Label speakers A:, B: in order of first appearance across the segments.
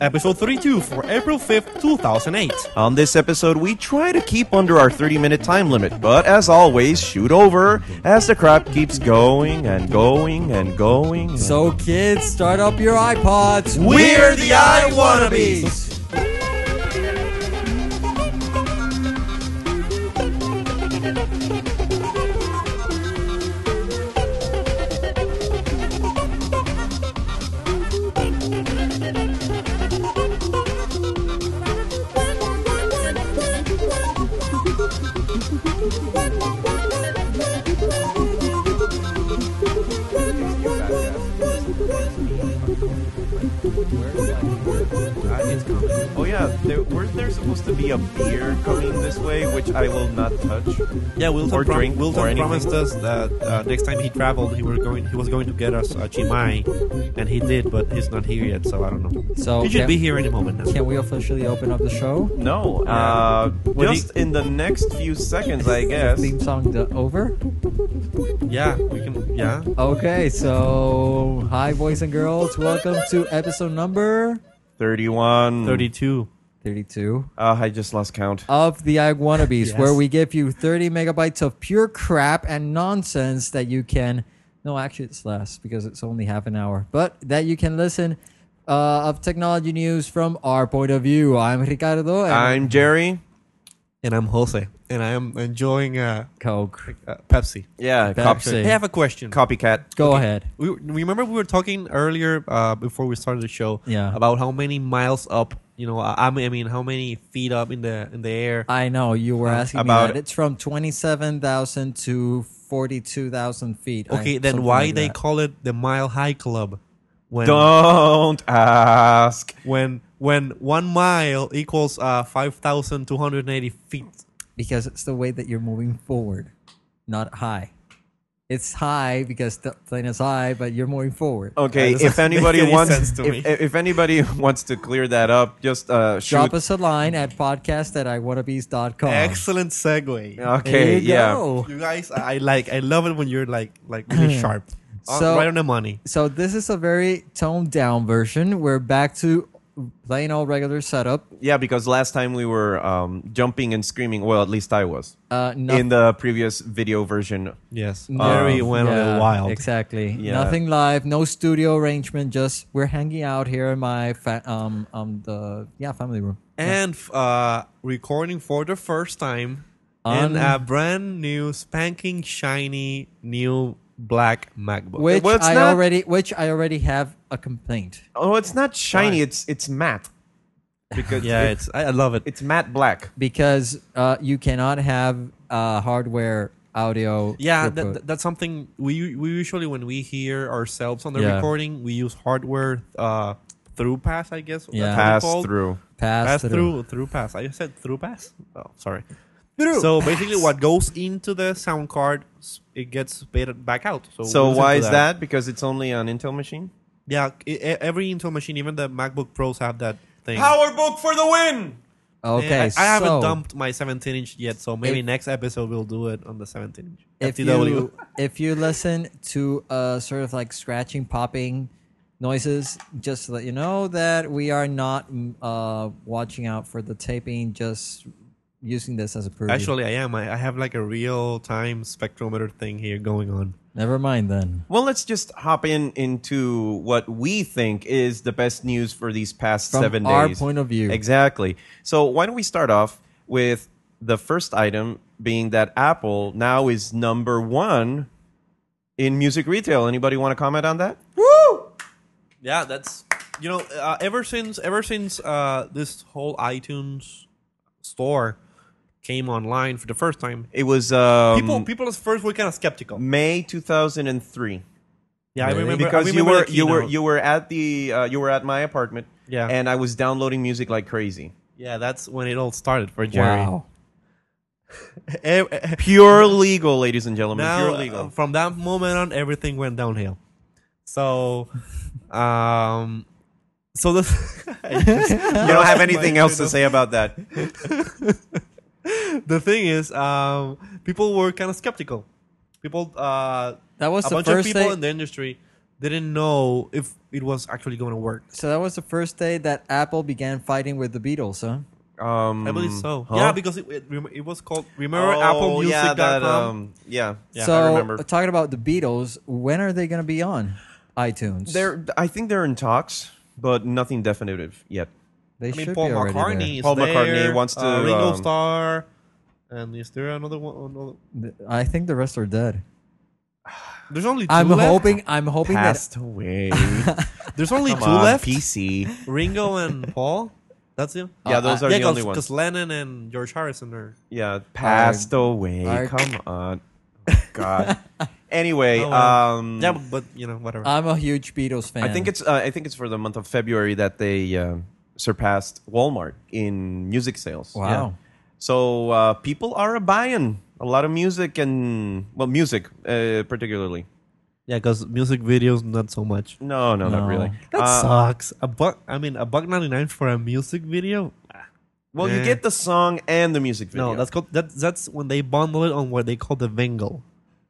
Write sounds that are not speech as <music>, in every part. A: episode 32 for April 5th, 2008.
B: On this episode, we try to keep under our 30 minute time limit, but as always, shoot over as the crap keeps going and going and going. and-
C: So, kids, start up your iPods.
B: We're the I Wannabes. oh, yeah, there, weren't there supposed to be a beer coming this way, which I will not touch?
A: Yeah, Wilton,
B: Or
A: prom-
B: drink,
A: Wilton
B: or anything.
A: promised us that uh, next time he traveled, he, were going, he was going to get us uh, Chimay, and he did, but he's not here yet, so I don't know.
C: So
A: he should
C: can,
A: be here any moment now.
C: can we officially open up the show?
B: No, uh,
A: When he-
B: just in the next few seconds, I guess.
C: Theme song do- over.
A: Yeah, we can. Yeah.
C: Okay, so hi, boys and girls. Welcome to episode number
B: 31.
A: 32.
C: 32
B: Uh, I just lost count.
C: of the I Wannabes,
A: Yes.
C: where we give you 30 megabytes of pure crap and nonsense that you can. No, actually, it's less because it's only half an hour, but that you can listen uh, of technology news from our point of view. I'm Ricardo. And
B: I'm Jerry.
D: and I'm Jose, and I am enjoying uh,
C: Coke.
D: uh, Pepsi.
B: Yeah,
C: Pepsi.
B: cop-
A: I have a question.
B: copycat.
C: Go ahead.
D: We remember we were talking earlier uh, before we started the show
C: Yeah.
D: about how many miles up, you know, I, I mean, I mean, how many feet up in the in the air.
C: I know you were asking
B: about-
C: me that. It's from 27,000 to 42,000 feet. I-
D: okay, then
C: something
D: why
C: like
D: they
C: that.
D: call it the Mile High Club when
B: Don't ask.
D: when when one mile equals uh, five thousand two hundred eighty feet?
C: because it's the way that you're moving forward, not high. It's high because the plane is high, but you're moving forward.
B: Okay,
D: That doesn't
B: if
D: <laughs>
B: anybody
D: make any
B: wants,
D: sense to
B: if,
D: me.
B: if anybody <laughs> wants to clear that up, just uh, shoot.
C: Drop us a line at podcast at iwannabes.com.
D: Excellent segue.
B: Okay, yeah.
D: You guys, I like, I love it when you're like like really sharp, Uh,
C: Hmm. So-
D: right on the money.
C: So this is a very toned down version. We're back to plain old regular setup.
B: Yeah, because last time we were um, jumping and screaming. Well, at least I was
C: Uh, noth-
B: in the previous video version.
D: Yes,
C: no-
D: Jerry went a
C: Um, yeah,
D: little wild.
C: Exactly.
B: Yeah.
C: Nothing live, no studio arrangement. Just we're hanging out here in my fa- um um the yeah family room.
D: and f- uh, recording for the first time
C: On-
D: in a brand new, spanking shiny new black MacBook.
C: Which
B: Well, it's
C: I
B: not-
C: already which I already have a complaint.
B: Oh, it's not shiny. It's it's matte. Because
D: <laughs> yeah, it's
B: it's
D: I, I love it.
B: it's matte black.
C: because uh, you cannot have uh, hardware audio.
D: yeah,
C: throughput.
D: that, that- that's something we u- we usually when we hear ourselves on the
C: Yeah.
D: recording, we use hardware uh, through pass. I guess that's
C: Yeah.
D: what it's
B: Pass
D: called.
B: through.
C: pass,
D: pass
C: through.
D: through through pass. I said through pass. Oh, sorry.
C: Through
D: so basically, what goes into the sound card, s- it gets baited back out. So
B: So
D: we listen
B: why
D: to
B: is that? Because it's only on Intel machine.
D: Yeah, e- e- every Intel machine, even the MacBook Pros have that thing.
B: book for the win.
C: Okay,
D: I, I haven't
C: so
D: dumped my 17 inch yet, so maybe
C: If-
D: next episode we'll do it on the 17 inch.
C: If
D: FTW.
C: you if you listen to uh, sort of like scratching, popping noises, just to let you know that we are not mm, uh, watching out for the taping. Just using this as a proof.
D: Actually, I am. I, I have like a real time spectrometer thing here going on.
C: never mind then.
B: Well, let's just hop in into what we think is the best news for these past
C: From
B: seven
C: our
B: days.
C: point of view.
B: Exactly. So, why don't we start off with the first item being that Apple now is number one in music retail? Anybody want to comment on that?
D: Yeah, that's you know, uh, ever since ever since uh, this whole iTunes store came online for the first time,
B: It was um,
D: people people at first were kind of skeptical.
B: May 2003.
D: Yeah, I
C: Really?
D: remember I
B: because you
D: remember
B: were
D: the
B: you were
D: keynote.
B: you were at the uh, you were at my apartment
D: Yeah.
B: and I was downloading music like crazy.
D: yeah, that's when it all started for Jerry. <laughs>
C: Wow.
D: E- e-
B: Pure legal, ladies and gentlemen.
D: now
B: pure legal.
D: uh, from that moment on everything went downhill <laughs> so um so the <laughs> I just-
B: you
D: <laughs>
B: don't have anything else to say about that.
D: the thing is um people were kind of skeptical people uh
C: That was
D: a
C: the
D: bunch
C: first
D: of people
C: thing-
D: in the industry didn't know if it was actually going to work.
C: So that was the first day that Apple began fighting with the Beatles, huh?
B: Um,
D: I believe so.
B: huh?
D: Yeah, because it, it, rem- it was called remember
B: Oh,
D: Apple Music
B: Yeah, that,
D: dot com?
B: um, yeah.
D: Yeah, I
C: so uh,
B: remember.
C: talking about the Beatles, when are they going to be on iTunes?
B: They're, I think they're in talks, but nothing definitive yet.
C: they
D: I mean,
C: should
D: Paul
C: be already
D: McCartney. Is
B: Paul
D: there,
B: McCartney wants
D: uh,
B: to,
D: Ringo
B: um,
D: Starr, and is there another one? oh, no.
C: there. Th- I think the rest are dead.
D: There's only two
C: I'm
D: left.
C: hoping. I'm hoping that <laughs>
B: away.
D: There's only
B: Come
D: two
B: on,
D: left.
B: PC.
D: Ringo and Paul. That's it.
B: Yeah, those
C: Uh,
B: are
D: Uh, yeah,
B: the only
D: because
B: ones.
D: Lennon and George Harrison are.
B: Yeah, passed away.
C: Arg.
B: Come
C: <laughs>
B: on. Oh, God. anyway,
D: Oh, well.
B: um,
D: Yeah, but, but, you know whatever.
C: I'm a huge Beatles fan.
B: I think it's uh, I think it's for the month of February that they uh, surpassed Walmart in music sales.
C: Wow.
B: So uh, people are buying a lot of music and well, music uh, particularly.
D: yeah, because music videos not so much.
B: No, no,
C: No.
B: not really.
D: That
B: Uh,
D: sucks. A buck. I mean, a buck ninety nine for a music video. Ah,
B: Well, you
D: Eh.
B: get the song and the music video.
D: No, that's called that's that's when they bundle it on what they call the vingle.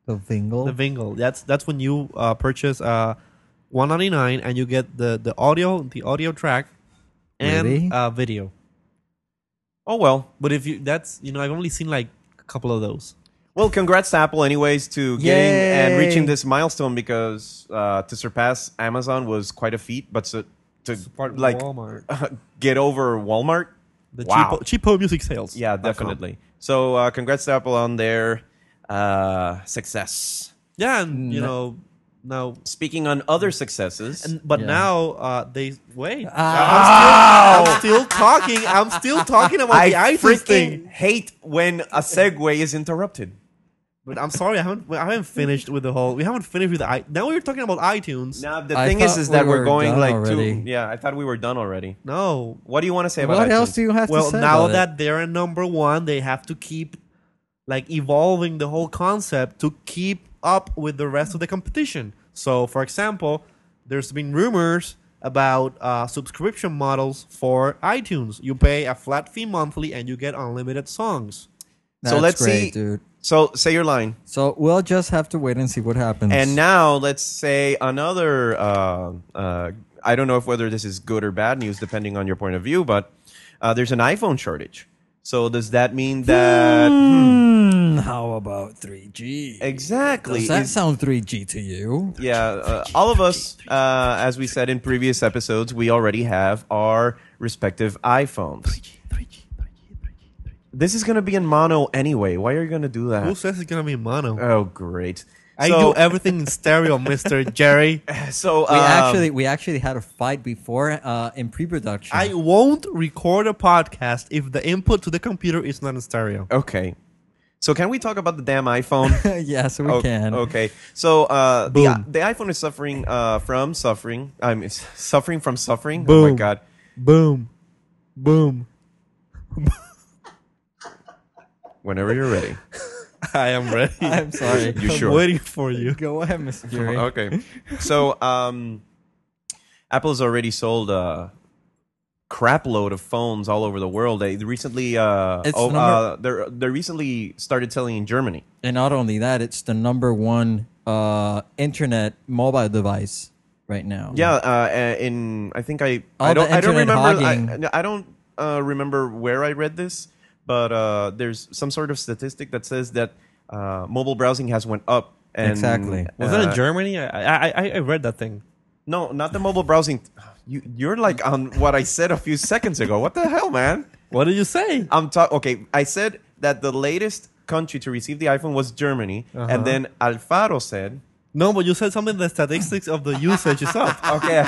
C: the Vingle.
B: Oh.
D: The vingle. That's that's when you uh, purchase uh, one ninety nine and you get the the audio the audio track and
C: Really?
D: uh, video.
B: oh well.
D: But if you that's you know I've only seen like a couple of those.
B: Well, congrats to Apple, anyways, to getting and
C: Yay.
B: reaching this milestone because uh, to surpass Amazon was quite a feat, but to, to
D: Support
B: like
D: Walmart.
B: <laughs> get over Walmart,
D: The
B: wow.
D: cheapo, cheapo music sales.
B: yeah,
D: dot com.
B: definitely. So, uh, congrats to Apple on their uh, success.
D: Yeah,
B: Mm,
D: and you
C: No.
D: know now,
B: Speaking on other successes,
D: and, but
C: Yeah.
D: now uh, they wait.
B: Ah!
D: I'm still talking. I'm still talking about
B: <laughs> I
D: the iTunes
B: freaking
D: thing.
B: hate when a segue is interrupted.
D: But I'm sorry, I haven't. I haven't finished with the whole. We haven't finished with the. i- Now we're talking about iTunes.
B: Now, the
C: I
B: thing is,
C: thought
B: is
C: we
B: that
C: were
B: are going
C: done
B: like
C: already.
B: to yeah. I thought we were done already.
D: No.
B: What do you want to say about
C: what
B: iTunes?
C: else do you have
D: Well,
C: to say?
D: now
C: about it?
D: that they're in number one, they have to keep like evolving the whole concept to keep up with the rest of the competition. So, for example, there's been rumors about uh, subscription models for iTunes. You pay a flat fee monthly, and you get unlimited songs.
B: So
C: That's
B: let's
C: great,
B: see-
C: dude.
B: So say your line.
C: So we'll just have to wait and see what happens.
B: And now let's say another. Uh, uh, I don't know if whether this is good or bad news, depending on your point of view, but uh, there's an iPhone shortage. So does that mean that
C: Hmm, how about 3G?
B: exactly?
C: Does that
B: is-
C: sound 3G to you?
B: yeah, uh, all of us, uh, as we said in previous episodes, we already have our respective iPhones. This is going to be in mono anyway. Why are you going to do
D: Who
B: that?
D: says it's gonna be mono?
B: Oh, great!
D: I
B: So-
D: do everything in stereo, <laughs> Mister Jerry.
B: So
C: We
B: um,
C: actually we actually had a fight before uh, in pre-production.
D: <laughs>
C: <laughs>
D: I won't record a podcast if the input to the computer is not in stereo.
B: okay. So can we talk about the damn
D: <laughs>
B: iPhone?
C: yeah, so we
B: O-
C: can.
B: Okay. So uh, the,
D: Boom.
B: the iPhone is suffering uh, from suffering. I mean, <laughs> s- suffering from suffering. Oh my
D: Boom.
B: God.
D: Boom, boom.
B: Whenever you're ready.
D: <laughs> I am ready.
C: <laughs> I'm sorry.
B: You sure?
D: I'm waiting for you.
C: <laughs> Go
B: <laughs>
C: ahead, Mr. Fury.
B: okay. So um, Apple's already sold a crap load of phones all over the world. They recently uh,
C: It's
B: oh,
C: number- Hmm.
B: uh, they're, they recently started selling in Germany.
C: And not only that, it's the number one uh, internet mobile device right now.
B: Yeah, uh, in I think I
C: All
B: I don't
C: the
B: I don't
C: internet
B: remember
C: hogging.
B: I, I don't uh, remember where I read this, but uh, there's some sort of statistic that says that uh, mobile browsing has went up. And,
C: Exactly.
B: uh,
D: <laughs> Was that in Germany? I, I I I read that thing.
B: No, not the mobile browsing. You you're like on what I said a few seconds ago. What the hell, man?
D: What did you say?
B: I'm talking. Okay, I said that the latest country to receive the iPhone was Germany, and then Alfaro said,
D: No, but you said something. The statistics of the usage is up.
B: Okay.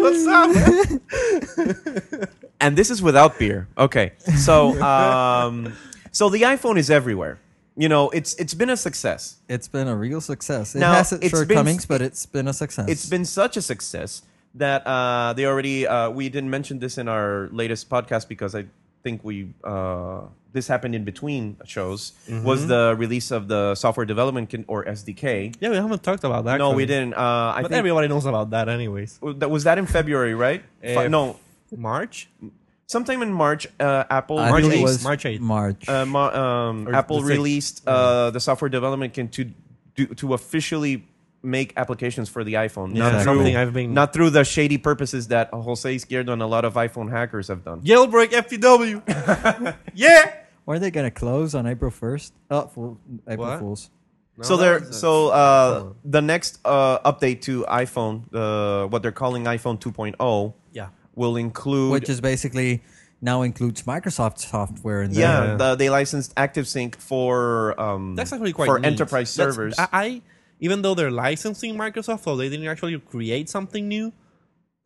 B: What's up? man? and this is without beer. Okay. So um so the iPhone is everywhere. You know, it's it's been a success.
C: It's been a real success. It
B: Now,
C: has its,
B: it's been-
C: shortcomings, but it's been a success.
B: It's been such a success that uh they already uh we didn't mention this in our latest podcast because I think we uh this happened in between shows
C: Mm-hmm.
B: was the release of the software development kin- or SDK.
D: <laughs> Yeah, we haven't talked about that.
B: No,
D: actually.
B: we didn't. Uh, I
D: But
B: think
D: everybody knows about that, anyways.
B: that was that in February, right? Fi-
D: Eh,
B: no,
D: March.
B: sometime in March, uh, Apple
C: I
D: March
C: think it
D: 8th,
C: was
D: March 8th.
C: March.
B: uh, Mar- um,
D: Or
B: Apple
D: the sixth.
B: released uh, the software development kit to do, to officially make applications for the iPhone.
D: Not
B: Not,
D: something
B: through,
D: I've been-
B: not through the shady purposes that Jose Izquierdo and a lot of iPhone hackers have done.
D: Jailbreak FTW. yeah.
C: Are they gonna close on April first? Oh, fool, April
D: What?
C: Fools.
B: so there, so uh, the next uh, update to iPhone, uh, what they're calling iPhone 2.0,
D: yeah.
B: will include
C: which is basically now includes Microsoft software in there.
B: yeah,
D: Yeah.
B: the- they licensed ActiveSync for um,
D: That's actually quite
B: for
D: neat.
B: enterprise
D: That's-
B: servers.
D: I, I even though they're licensing Microsoft, so they didn't actually create something new.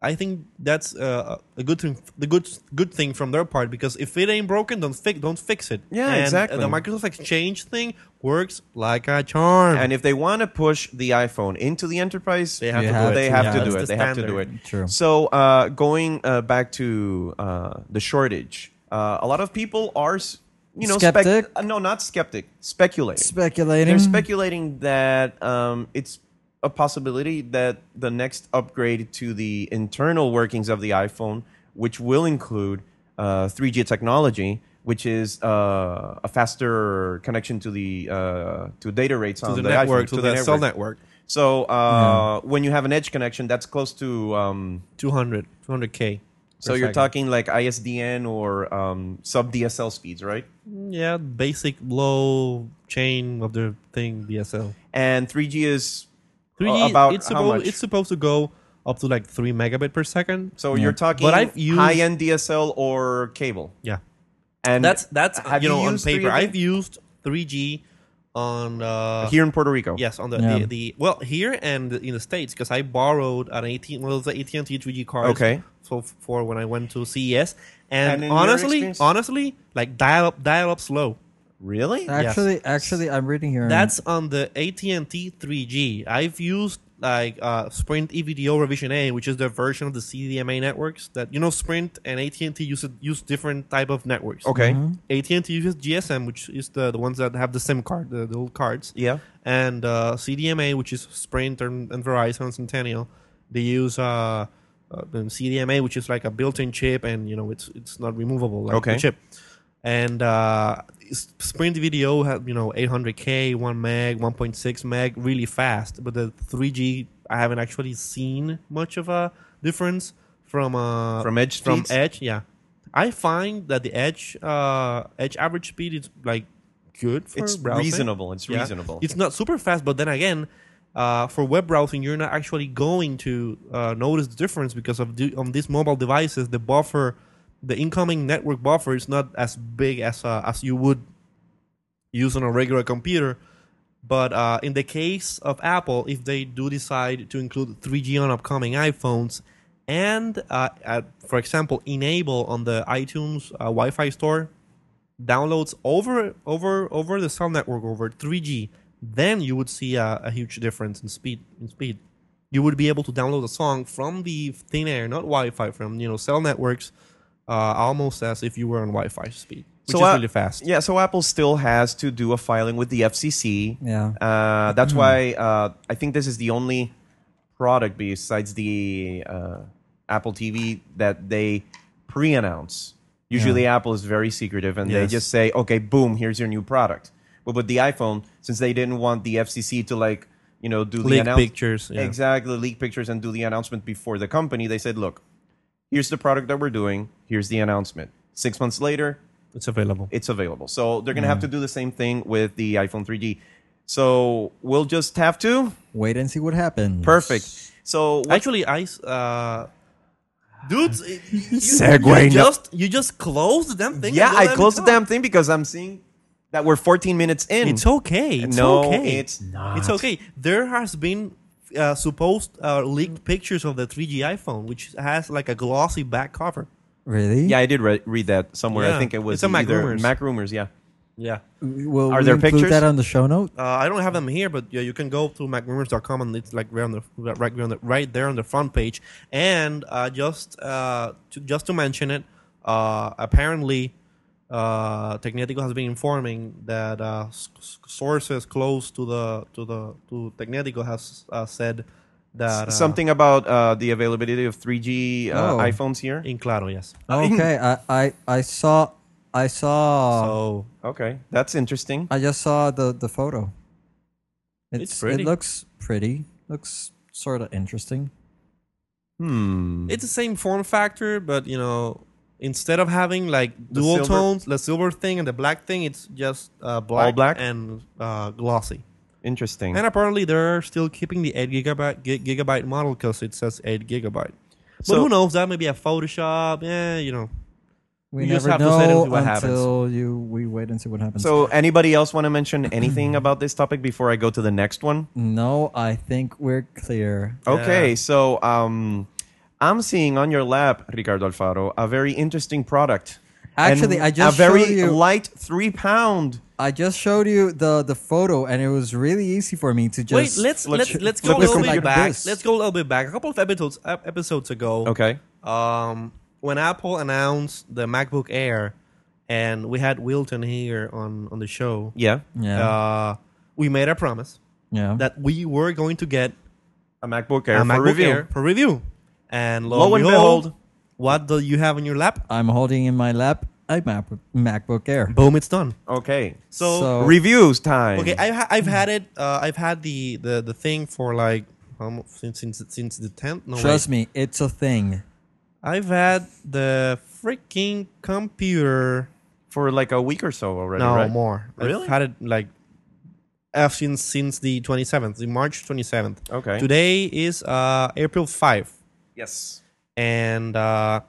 D: I think that's uh, a good thing. The good good thing from their part because if it ain't broken, don't fix don't fix it.
B: Yeah,
D: And, uh,
B: exactly.
D: The Microsoft Exchange thing works like a charm.
B: and if they want to push the iPhone into the enterprise,
D: They have
C: to do it.
B: They
C: Yeah,
B: have to
D: that's
B: do it.
D: the
B: They have to do it.
D: standard.
C: True.
B: So uh, going uh, back to uh, the shortage, uh, a lot of people are, s- you know, spec-
C: Skeptic?
B: uh, no, not skeptic, speculating.
C: Speculating.
B: They're
D: Mm.
B: speculating that um, it's a possibility that the next upgrade to the internal workings of the iPhone, which will include uh, 3G technology, which is uh, a faster connection to the uh, to data rates
D: to
B: on
D: the,
B: the,
D: network,
B: iPhone,
D: to the, cell network,
B: So uh, when you have an edge connection, that's close to um,
D: 200, 200 k.
B: so you're talking like ISDN or um, sub DSL speeds, right?
D: yeah, basic low chain of the thing DSL.
B: And 3G is
D: Three,
B: Uh, Oh, about
D: it's
B: how
D: supposed
B: much?
D: it's supposed to go up to like three megabit per second.
B: so
C: Yeah.
B: you're talking
D: But I've used-
B: high end DSL or cable.
D: Yeah,
B: And
D: that's that's uh,
B: have
D: you know on
B: used three
D: paper.
B: of them?
D: I've used 3G on uh,
B: here in Puerto Rico.
D: Yes, on the,
C: Yeah.
D: the, the well here and in the states because I borrowed an eighteen well the AT and T 3G card.
B: Okay.
D: So for when I went to CES and,
B: And in your
D: honestly,
B: experience-
D: honestly, like dial up, dial up slow.
B: Really?
C: actually, actually, I'm reading here.
D: That's on the AT and T 3G. I've used like uh, Sprint EVDO Revision A, which is the version of the CDMA networks that you know Sprint and AT and T use use different type of networks.
B: Okay.
D: AT and T uses GSM, which is the, the ones that have the SIM card, the, the old cards.
B: Yeah.
D: and uh, CDMA, which is Sprint and, and Verizon and Centennial, they use uh, uh, um, CDMA, which is like a built-in chip, and you know it's it's not removable, like
B: Okay.
D: the chip. And uh, S- Sprint Video had you know 800k, one meg, 1.6 meg, really fast. But the 3G, I haven't actually seen much of a difference from uh,
B: From edge
D: from
B: speeds?
D: edge. Yeah, I find that the edge uh, edge average speed is like good for
B: It's
D: browsing.
B: reasonable. It's
D: Yeah.
B: reasonable.
D: It's not super fast, but then again, uh, for web browsing, you're not actually going to uh, notice the difference because of the, on these mobile devices, the buffer, the incoming network buffer, is not as big as uh, as you would use on a regular computer. But uh, in the case of Apple, if they do decide to include 3G on upcoming iPhones, and uh, at, for example, enable on the iTunes uh, Wi-Fi store downloads over over over the cell network over 3G, then you would see a, a huge difference in speed. In speed, you would be able to download a song from the thin air, not Wi-Fi, from you know cell networks, uh, almost as if you were on Wi-Fi speed, which is
B: uh,
D: really fast.
B: Yeah, so Apple still has to do a filing with the FCC.
C: Yeah.
B: Uh,
D: Hmm.
B: that's why uh, I think this is the only product besides the uh, Apple TV that they pre announce. Usually, Apple is very secretive and
D: Yes.
B: they just say, okay, boom, here's your new product. But with the iPhone, since they didn't want the FCC to, like, you know, do
D: Leak
B: the announce-
D: pictures, yeah.
B: Exactly, leak pictures and do the announcement before the company, they said, look, here's the product that we're doing, here's the announcement. Six months later,
D: It's available.
B: it's available. So they're going to have to do the same thing with the iPhone 3G. So we'll just have to.
C: Wait and see what happens.
B: Perfect. So what-
D: Actually, I s- uh, dudes,
B: <laughs>
D: it- you, you-
B: Segway,
D: you
B: no-
D: just you just closed the damn thing.
B: yeah,
D: and don't
B: I
D: let me
B: closed the
D: talk.
B: damn thing because I'm seeing that we're 14 minutes in.
D: It's okay. It's
B: no,
D: okay.
B: it's not.
D: It's okay. There has been uh, supposed uh, leaked pictures of the 3G iPhone, which has like a glossy back cover.
C: Really?
B: Yeah, I did re- read that somewhere.
D: Yeah.
B: I think it was
D: It's on Mac
B: either-
D: Rumors.
B: Mac rumors, yeah.
D: Yeah.
C: Will
B: Are
C: we
B: there
C: include
B: pictures?
C: that on the show
B: <laughs>
C: note?
D: Uh, I don't have them here, but yeah, you can go to macrumors.com and it's like right on the right, on the, right there on the front page. And uh, just uh, to, just to mention it, uh, apparently, uh, Tecnético has been informing that uh, s- s- sources close to the to the to Tecnético has uh, said that uh,
B: Something about uh, the availability of 3G uh,
C: Oh.
B: iPhones here.
D: in Claro, yes.
C: Okay. I, I I saw I saw
D: So
B: Okay, that's interesting.
C: I just saw the the photo. It's,
D: pretty.
C: It looks pretty. Looks sort of interesting.
B: Hmm.
D: It's the same form factor, but you know, instead of having like
B: The
D: dual
B: silver-
D: tones, the silver thing and the black thing, it's just uh, black,
B: black?
D: and uh, glossy.
B: Interesting.
D: And apparently, they're still keeping the eight gigabyte gi- gigabyte model because it says eight gigabyte. But
B: So-
D: who knows? That may be a Photoshop. Yeah, you know.
C: We
B: You just
C: never
B: have to
C: know
B: sit and see what happens.
C: until you we wait and see what happens.
B: so, anybody else want to mention <clears throat> anything about this topic before I go to the next one?
C: no, I think we're clear.
B: Okay,
D: Yeah.
B: so um, I'm seeing on your lap, Ricardo Alfaro, a very interesting product. And
C: Actually, I
B: a
C: just
B: very
C: showed you-
B: light three pound.
C: I just showed you the the photo, and it was really easy for me to just
D: Wait, let's let's
B: let's-
D: let's go a
C: flip it
D: little
C: from
D: bit
C: like
D: back.
C: this.
D: Let's go a little bit back. A couple of episodes ep- episodes ago.
B: Okay,
D: Um, when Apple announced the MacBook Air, and we had Wilton here on on the show.
B: yeah,
C: yeah
D: Uh, we made a promise
C: yeah.
D: that we were going to get
B: a MacBook Air
D: a
B: for
D: MacBook
B: review.
D: Air for review. And lo,
B: Lo and behold,
D: what do you have in your lap?
C: I'm holding in my lap a Mac- MacBook Air.
D: Boom! It's done.
B: okay,
D: So,
C: So- Oh.
B: reviews time.
D: okay, I've, ha- I've had it. Uh, I've had the, the the thing for like um, since since since the tenth. No, wait.
C: Trust me, it's a thing.
D: I've had the freaking computer.
B: for like a week or so already.
D: No
B: right?
D: more.
B: Really?
D: I've had it like uh, since since the twenty seventh, the March twenty seventh.
B: Okay.
D: Today is uh, April five,
B: Yes.
D: and uh,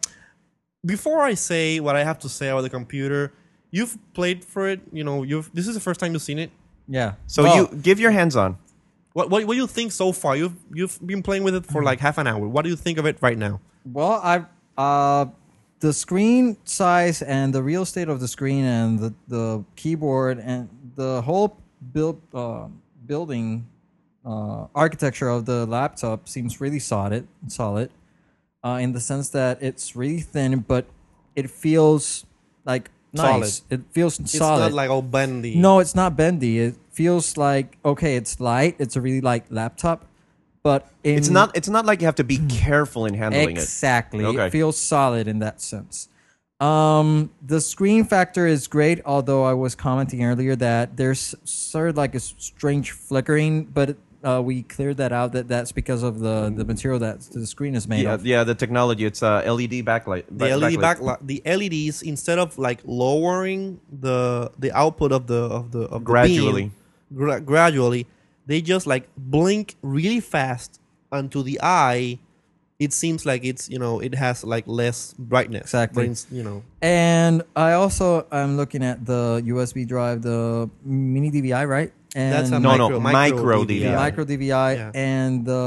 D: before I say what I have to say about the computer, you've played for it. You know, you've this is the first time you've seen it.
C: Yeah.
B: So
C: Well,
B: you give your hands on.
D: What what what do you think so far? You've you've been playing with it for like half an hour. What do you think of it right now?
C: Well, I uh, the screen size and the real state of the screen and the, the keyboard and the whole build uh, building uh, architecture of the laptop seems really solid. Solid, uh, in the sense that it's really thin, but it feels like nice. It feels
D: It's
C: solid.
D: not like all bendy.
C: No, it's not bendy. It feels like okay, it's light. It's a really light laptop, but in
B: It's not. It's not like you have to be careful in handling it.
C: Mm. exactly.
B: Okay.
C: It feels solid in that sense. Um, the screen factor is great, although I was commenting earlier that there's sort of like a s- strange flickering, but uh, we cleared that out. That that's because of the the material that the screen is made
B: Yeah,
C: of.
B: yeah. The technology. It's uh, LED backlight.
D: the E LED backlight, the LEDs instead of like lowering the the output of the of the of the
B: Gradually.
D: beam, gra- gradually, they just like blink really fast onto the eye. It seems like it's you know it has like less brightness.
C: Exactly.
D: Brings, you know
C: And I also am looking at the USB drive, the mini DVI, right? And
D: that's a
B: No,
D: micro,
B: no,
D: micro,
B: micro
D: DVI.
B: DVI.
C: micro DVI
D: Yeah.
C: and the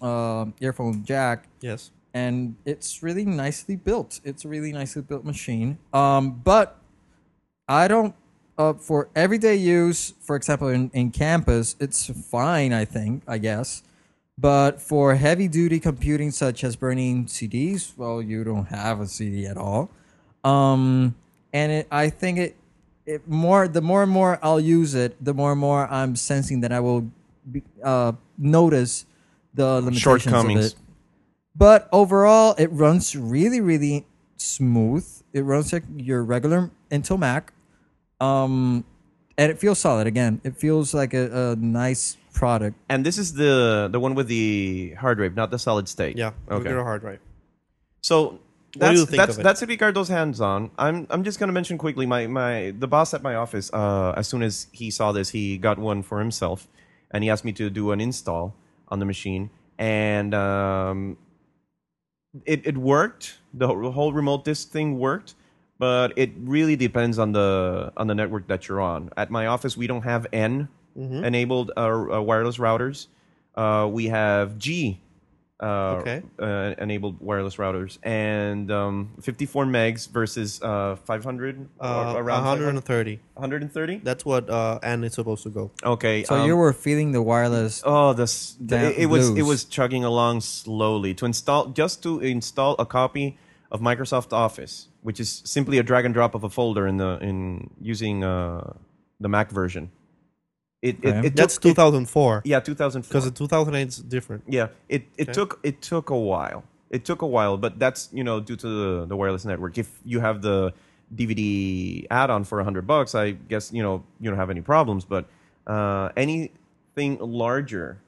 C: uh, earphone jack,
D: Yes.
C: and it's really nicely built. It's a really nicely built machine. Um, but I don't uh, for everyday use. For example, in, in campus, it's fine. I think. I guess. But for heavy duty computing, such as burning CDs, well, you don't have a CD at all. Um, and it, I think it, it more the more and more I'll use it, the more and more I'm sensing that I will be, uh, notice the limitations
B: Shortcomings.
C: of it. But overall, it runs really, really smooth. It runs like your regular Intel Mac, um, and it feels solid. Again, it feels like a, a nice product.
B: And this is the the one with the hard drive, not the solid state.
D: Yeah.
B: Okay.
D: Regular hard drive.
B: So
D: do
B: that's
D: you think
B: that's
D: of it?
B: that's Ricardo's hands on. I'm I'm just gonna mention quickly my my the boss at my office. Uh, as soon as he saw this, he got one for himself, and he asked me to do an install on the machine, and um, it it worked. The whole- the whole remote disk thing worked. But it really depends on the on the network that you're on. At my office, we don't have N
D: Mm-hmm.
B: enabled uh, uh, wireless routers. Uh, we have G uh,
D: Okay.
B: uh, enabled wireless routers and um, 54 megs versus uh, 500
D: Uh,
B: or around 500?
D: 130.
B: 130
D: That's what uh, Anne is supposed to go.
B: okay
C: So
B: um,
C: you were feeling the wireless.
B: oh this the,
C: Damn
B: it, it was it
C: blues.
B: was chugging along slowly to install just to install a copy of microsoft office which is simply a drag and drop of a folder in the in using uh, the mac version it, it,
C: Okay.
B: it
D: That's
B: took, it-
D: 2004.
B: yeah 2004
D: Because the 2008 is different.
B: Yeah, it, it
D: Okay.
B: took it took a while. It took a while, but that's you know due to the, the wireless network. If you have the DVD add-on for hundred bucks, I guess you know you don't have any problems. But uh, anything larger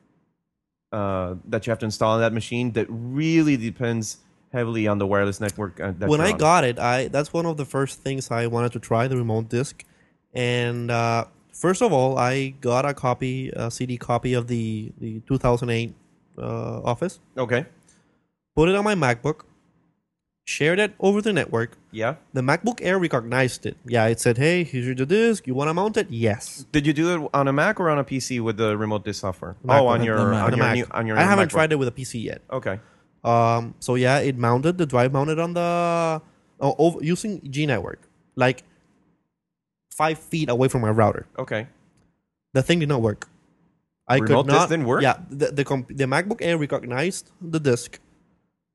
B: uh, that you have to install on that machine that really depends heavily on the wireless network. Uh, that
D: when
B: you're
D: I
B: on.
D: got it, I that's one of the first things I wanted to try the remote disc, and uh, first of all, I got a copy, a CD copy of the the 2008 uh, Office,
B: okay,
D: put it on my MacBook, shared it over the network.
B: yeah.
D: The MacBook Air recognized it. Yeah, it said, "Hey, here's your disc. You want to mount it? Yes."
B: Did you do it on a Mac or on a PC with the remote disk software?
D: Mac,
B: oh, on
D: the
B: your
C: Mac.
B: on
D: The
B: your
D: Mac.
B: new on your.
D: I haven't
B: MacBook.
D: tried it with a PC yet.
B: Okay,
D: Um, so yeah, it mounted the drive mounted on the oh, over, using G network, like five feet away from my router.
B: okay.
D: The thing did not work. I
B: Remote
D: could
B: disk
D: not.
B: didn't work?
D: Yeah, the the, comp- the MacBook Air recognized the disk,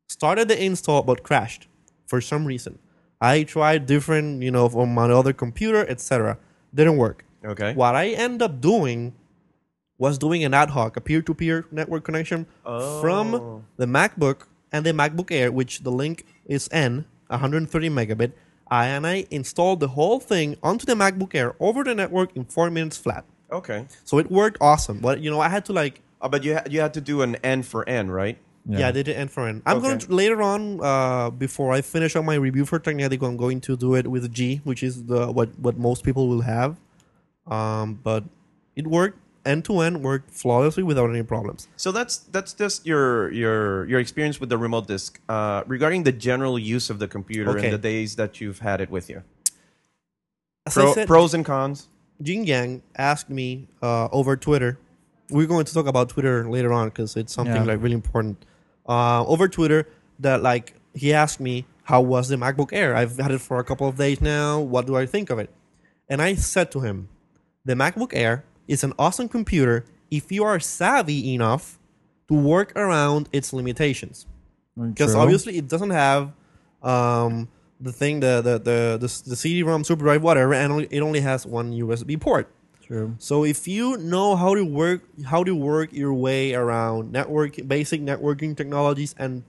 D: started the install but crashed for some reason. I tried different, you know, on my other computer, etc. Didn't work.
B: Okay.
D: <laughs> What I end up doing was doing an ad hoc, a peer-to-peer network connection
B: Oh.
D: from the MacBook and the MacBook Air, which the link is N, 130 megabit. I and I installed the whole thing onto the MacBook Air over the network in four minutes flat.
B: Okay.
D: So it worked awesome. But you know, I had to like
B: Uh, but you ha- you had to do an N for N, right?
D: yeah, I did it end for end. I'm
B: Okay.
D: going to later on, uh, before I finish on my review for Technetico, I'm going to do it with G, which is the what what most people will have. Um, but it worked end to end, worked flawlessly without any problems.
B: So that's that's just your your your experience with the remote disk uh, regarding the general use of the computer
D: Okay.
B: and the days that you've had it with you.
D: As I
B: Pro,
D: said,
B: pros and cons.
D: Jing Yang asked me uh, over Twitter. We're going to talk about Twitter later on because it's something
C: Yeah.
D: like really important. Uh, over Twitter, that like he asked me, "How was the MacBook Air? I've had it for a couple of days now. What do I think of it?" And I said to him, "The MacBook Air is an awesome computer if you are savvy enough to work around its limitations." because
C: Mm, True.
D: obviously it doesn't have um, the thing the the the, the, the CD-ROM SuperDrive whatever, and only- it only has one USB port.
C: True.
D: Mm-hmm. So if you know how to work how to work your way around network basic networking technologies and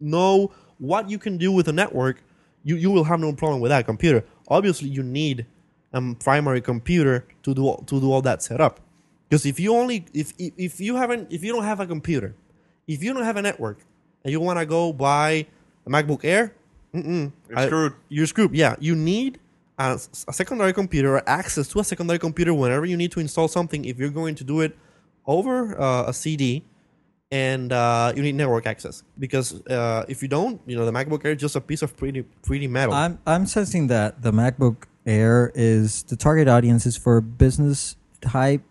D: know what you can do with a network, you, you will have no problem with that computer. Obviously, you need a primary computer to do to do all that setup. Because if you only if, if if you haven't if you don't have a computer, if you don't have a network, and you want to go buy a MacBook Air, mm-mm,
B: You're screwed.
D: You're screwed. Yeah, you need a, s- a secondary computer or access to a secondary computer whenever you need to install something. If you're going to do it over uh, a CD, and uh, you need network access because uh, if you don't, you know the MacBook Air is just a piece of pretty pretty metal.
C: I'm I'm sensing that the MacBook Air is the target audience is for business type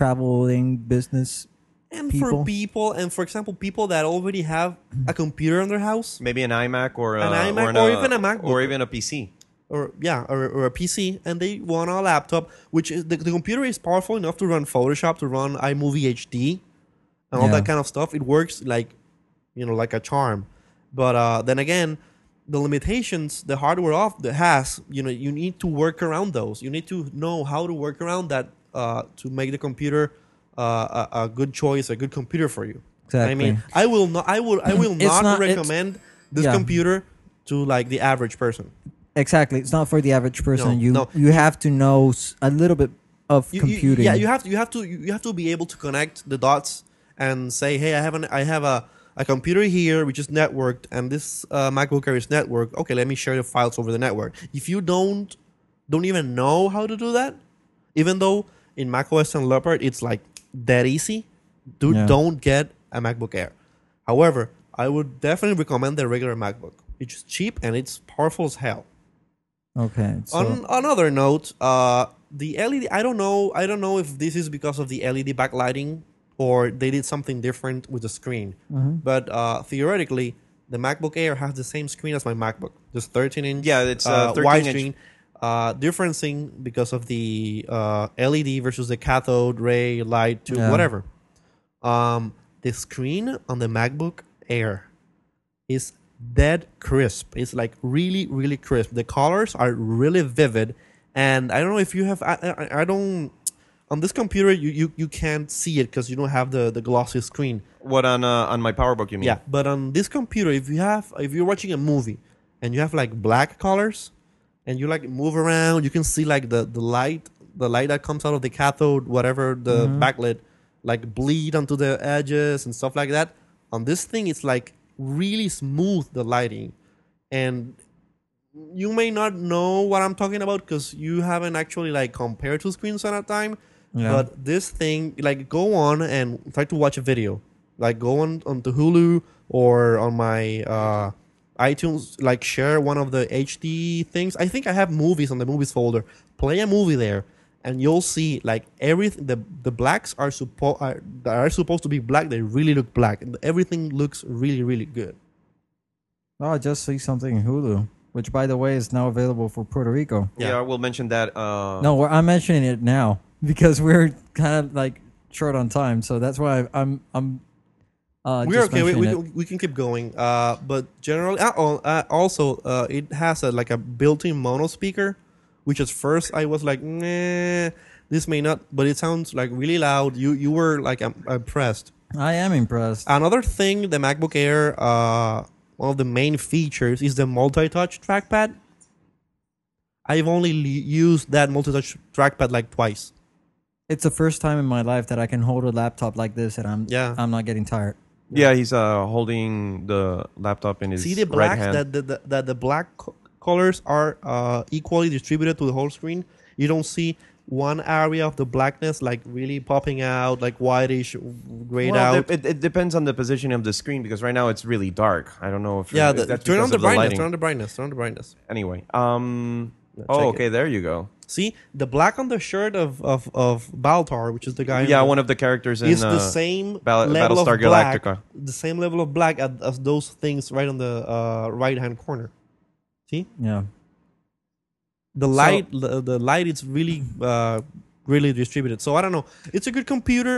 C: traveling business.
D: and for
C: people-
D: people, and for example, people that already have a computer in their house,
B: Maybe an iMac or a,
D: An iMac
B: an,
D: or
B: uh,
D: even a MacBook.
B: or even a PC.
D: or yeah, or, or a PC, and they want a laptop, which is the, the computer is powerful enough to run Photoshop, to run iMovie HD, and all
C: Yeah.
D: that kind of stuff. It works like, you know, like a charm. But uh, then again, the limitations the hardware off that has, you know, you need to work around those. You need to know how to work around that uh, to make the computer uh, a, a good choice, a good computer for you. I mean, I will not. I will. I will
C: It's
D: not,
C: not- it's-
D: recommend this
C: yeah.
D: computer to like the average person.
C: Exactly. It's not for the average person.
D: No,
C: you
D: no.
C: you have to know s- a little bit of
D: you, you-
C: computing.
D: yeah, you have to you have to you have to be able to connect the dots and say, hey, I have an I have a, a computer here which is networked, and this uh, MacBook Air is networked. Okay, let me share the files over the network. If you don't don't even know how to do that, even though in macOS and Leopard it's like that easy, dude,
C: Yeah.
D: don't get a MacBook Air. However, I would definitely recommend the regular MacBook. It's cheap and it's powerful as hell
C: okay. So
D: on another note, uh, the LED. I don't know. I don't know if this is because of the LED backlighting or they did something different with the screen. But uh, theoretically, the MacBook Air has the same screen as my MacBook. This 13 inch.
B: Yeah, it's, uh, 13
D: wide
B: inch.
D: screen. Uh, differencing because of the uh, LED versus the cathode ray light to
C: Yeah.
D: whatever. Um, the screen on the MacBook Air is dead crisp. It's like really, really crisp. The colors are really vivid, and I don't know if you have. I, I, I don't. On this computer, you you, you can't see it because you don't have the the glossy screen.
B: What on uh, on my PowerBook? You mean?
D: Yeah, but on this computer, if you have if you're watching a movie and you have like black colors, and you like move around, you can see like the the light the light that comes out of the cathode, whatever the backlit like bleed onto the edges and stuff like that. On this thing, it's like really smooth the lighting, and you may not know what I'm talking about because you haven't actually like compared two screens at a time.
C: Yeah.
D: But this thing, like, go on and try to watch a video. Like, go on onto Hulu or on my uh, iTunes. Like, share one of the HD things. I think I have movies on the movies folder. Play a movie there, and you'll see like everything. The the blacks are supposed are, that are supposed to be black. They really look black. And everything looks really really good.
C: Oh, I just see something in Hulu, which by the way is now available for Puerto Rico.
B: Yeah, we'll mention that. Uh,
C: No, we're, I'm mentioning it now <laughs> because we're kind of like short on time, so that's why I'm I'm. Uh,
D: we're
C: just
D: okay. We, we,
C: mentioning it.
D: can- we can keep going. Uh, but generally, uh, al- uh, also, uh, it has a, like a built-in mono speaker, which at first I was like, nah, this may not. But it sounds like really loud. You you were like um, impressed.
C: I am impressed.
D: Another thing, the MacBook Air, uh, one of the main features is the multi-touch trackpad. I've only le- used that multi-touch trackpad like twice.
C: it's the first time in my life that I can hold a laptop like this, and I'm
D: Yeah.
C: I'm not getting tired.
B: yeah, he's uh, holding the laptop in his
D: see the
B: right
D: blacks
B: hand.
D: that the, the, that the black co- colors are uh, equally distributed to the whole screen you don't see one area of the blackness like really popping out like whitish grayed
B: well,
D: out
B: de- it, it depends on the position of the screen because right now it's really dark. I don't know if
D: yeah
B: if
D: the,
B: that's
D: turn
B: because
D: on the,
B: of
D: brightness
B: lighting.
D: turn on the brightness turn on the brightness
B: Anyway, um,
D: check
B: oh
D: it.
B: okay, there you go.
D: see the black on the shirt of of, of baltar which is the guy in
B: Yeah,
D: the-
B: one of the characters in
D: is the
B: uh,
D: same
B: Bal-
D: level
B: Battlestar
D: of black,
B: Galactica.
D: the same level of black as, as those things right on the uh, right hand corner see
C: Yeah.
D: the light uh, the, the light is really uh, really distributed so i don't know it's a good computer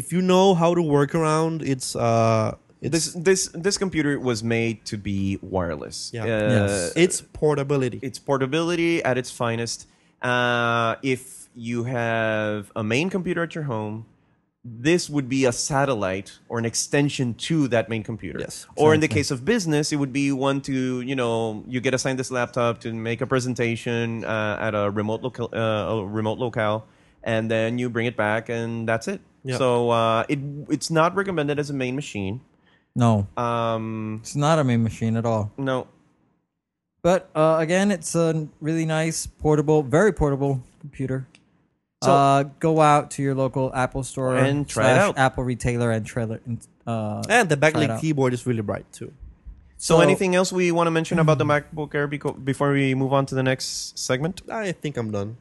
D: if you know how to work around it's uh it's
B: This this this computer was made to be wireless.
D: Yeah.
B: Uh,
C: Yes.
D: it's portability
B: its portability at its finest. Uh, if you have a main computer at your home, this would be a satellite or an extension to that main computer.
D: Yes,
B: Or in the case of business, it would be one to you know you get assigned this laptop to make a presentation uh, at a remote local uh, a remote locale, and then you bring it back, and that's it.
D: Yeah.
B: So uh, it it's not recommended as a main machine.
C: No,
B: Um,
C: it's not a main machine at all.
B: no,
C: But uh, again, it's a really nice portable, very portable computer.
B: So-
C: uh, go out to your local Apple store
B: And try it
C: slash
B: out. Eh,
C: Apple retailer and trailer. And, uh,
D: and the
C: Try it
D: backlit
C: out.
D: keyboard is really bright too
B: So,
C: So-
B: anything else we want to mention about the MacBook Air beco- before we move on to the next segment?
D: i think i'm done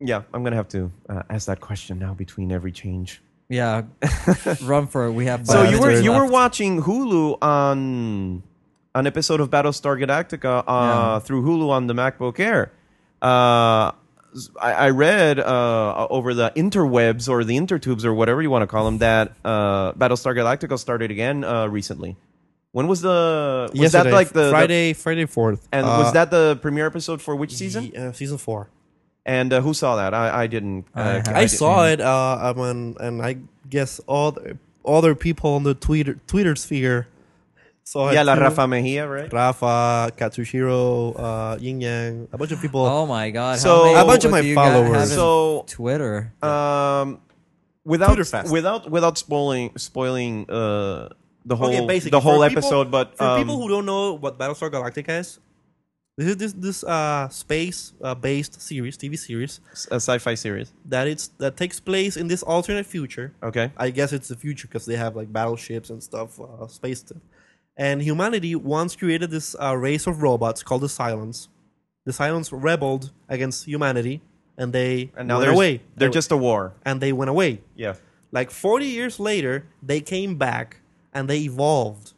B: Yeah, I'm gonna have to uh, ask that question now between every change.
C: yeah,
B: <laughs>
C: run for it. We have.
B: So
C: five
B: you were
C: minutes
B: you were
C: left.
B: watching Hulu on an episode of Battlestar Galactica uh,
C: Yeah.
B: through Hulu on the MacBook Air. Uh, I, I read uh, over the interwebs or the intertubes or whatever you want to call them that uh, Battlestar Galactica started again uh, recently. When was the was
D: Yesterday,
B: that like the the-
D: friday friday 4th
B: and
D: Uh,
B: was that the premiere episode for which season?
D: the, uh, season four
B: And uh, who saw that? I, I didn't.
C: I
B: Uh,
C: have-
D: i
C: Right.
D: saw it uh um, and, and i guess all the other people on the twitter twitter sphere saw
B: yeah,
D: it
B: La
D: too.
B: Rafa Mejia, right?
D: rafa katsushiro uh yin yang a bunch of people
B: <laughs>
C: Oh my god!
B: So- A
C: how many
B: bunch
D: of my
C: people do you got
D: followers.
C: have in
B: So,
C: Twitter.
B: um, without
D: Twitter fast.
B: without without spoiling spoiling uh, the whole
D: okay, basically
B: the whole
D: for people-
B: episode, but
D: for
B: um,
D: people who don't know what Battlestar Galactica is, this is this this uh, space uh, based series, TV series
B: s- a sci-fi series,
D: that it's that takes place in this alternate future.
B: okay,
D: I guess it's the future because they have like battleships and stuff, uh, space stuff. And humanity once created this uh, race of robots called the Silence. The Silence rebelled against humanity, and they
B: and now
D: went
B: they're
D: away.
B: They're
D: They-
B: just a war.
D: and they went away.
B: Yeah,
D: Like 40 years later, they came back and they evolved.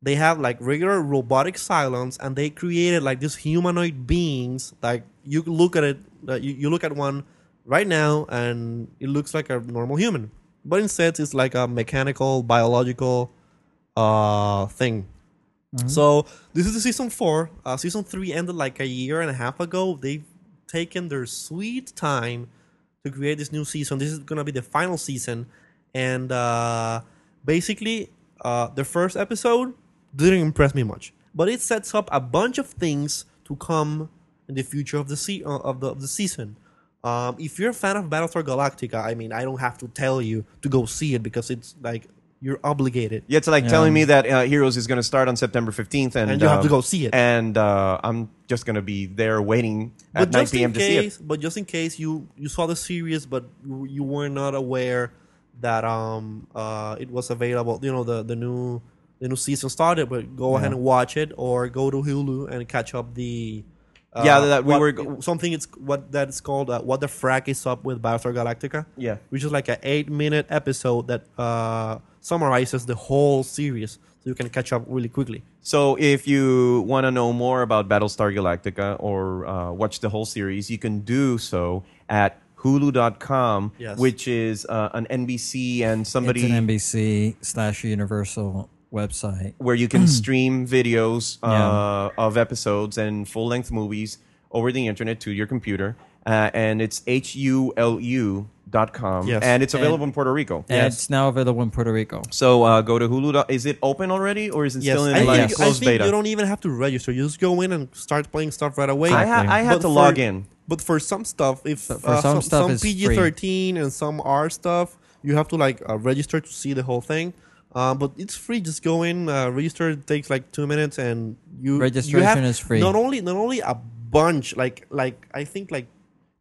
D: They have like regular robotic silence and they created like these humanoid beings. Like you look at it, uh, you, you look at one right now and it looks like a normal human. But instead, it's like a mechanical, biological uh, thing. So this is the season four. Uh, season three ended like a year and a half ago. They've taken their sweet time to create this new season. This is gonna be the final season, and uh, basically, uh, the first episode didn't impress me much, but it sets up a bunch of things to come in the future of the se- uh, of the of the season. Um, if you're a fan of Battlestar Galactica, I mean, I don't have to tell you to go see it because it's like you're obligated.
B: Yeah, it's like
C: Yeah.
B: telling me that uh, Heroes is going to start on September 15th, and,
D: And you have to
B: um,
D: go see it.
B: And uh, I'm just going to be there waiting at 9 p.m.
D: in
B: to see
D: case,
B: it.
D: but just in case you you saw the series, but you, you were not aware that um uh it was available. You know the the new the new season started, but go ahead and watch it or go to Hulu and catch up the. Uh,
B: Yeah, that we
D: what-
B: were go-
D: something. It's what that is called. Uh, what the frack is up with Battlestar Galactica?
B: Yeah.
D: which is like an eight-minute episode that uh, summarizes the whole series, so you can catch up really quickly.
B: So if you want to know more about Battlestar Galactica or uh, watch the whole series, you can do so at Hulu.com,
D: Yes.
B: which is uh, an NBC and somebody
C: It's an NBC slash Universal website.
B: where
D: <clears throat>
B: you can stream videos uh, of episodes and full length movies over the internet to your computer. Uh, and it's H U L U dot com.
D: Yes.
B: And it's available
C: And-
B: in Puerto Rico.
C: And it's now available in Puerto Rico.
B: So uh, go to Hulu. dot- Is it open already or is it still in
D: I
B: like
D: think, I
B: closed
D: think
B: beta?
D: you don't even have to register. You just go in and start playing stuff right away.
B: I, ha-
C: Exactly.
B: I had
D: But
B: to
D: for-
B: log in.
D: But for some stuff, if
C: But for
D: uh,
C: some
D: some,
C: stuff,
D: some
C: it's free.
D: PG thirteen and some R stuff, you have to like uh, register to see the whole thing. Uh, but it's free. Just go in, uh, register. It takes like two minutes, and you you
C: Registration
D: have
C: is free.
D: Not only not only a bunch, like like I think like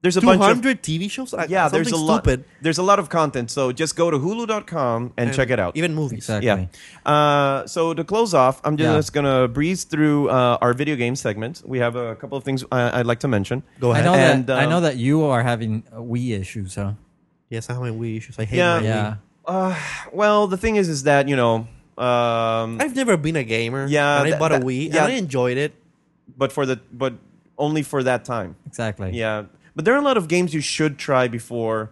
B: There's a
D: two
B: bunch of.
D: hundred TV shows. <laughs> Like,
B: Yeah,
D: something
B: there's a lot.
D: stupid.
B: There's a lot of content. So just go to hulu.com and, check it out.
D: Even movies.
C: Exactly.
B: Yeah. Uh, so to close off, I'm
C: Yeah.
B: just gonna breeze through uh, our video game segment. We have a couple of things I- I'd like to mention.
D: Go
C: I
D: ahead.
C: know
B: And,
C: that. I
B: um,
C: know that you are having uh, Wii issues, huh?
D: Yes, I have my Wii issues. I hate
B: Yeah.
D: my Wii.
C: Yeah.
B: Uh, well, the thing is, is that you know, um,
D: I've never been a gamer.
B: Yeah,
D: and I
B: that-
D: bought
B: that-
D: a Wii.
B: yeah.
D: and I enjoyed it.
B: but for the but only for that time.
C: Exactly.
B: Yeah, but there are a lot of games you should try before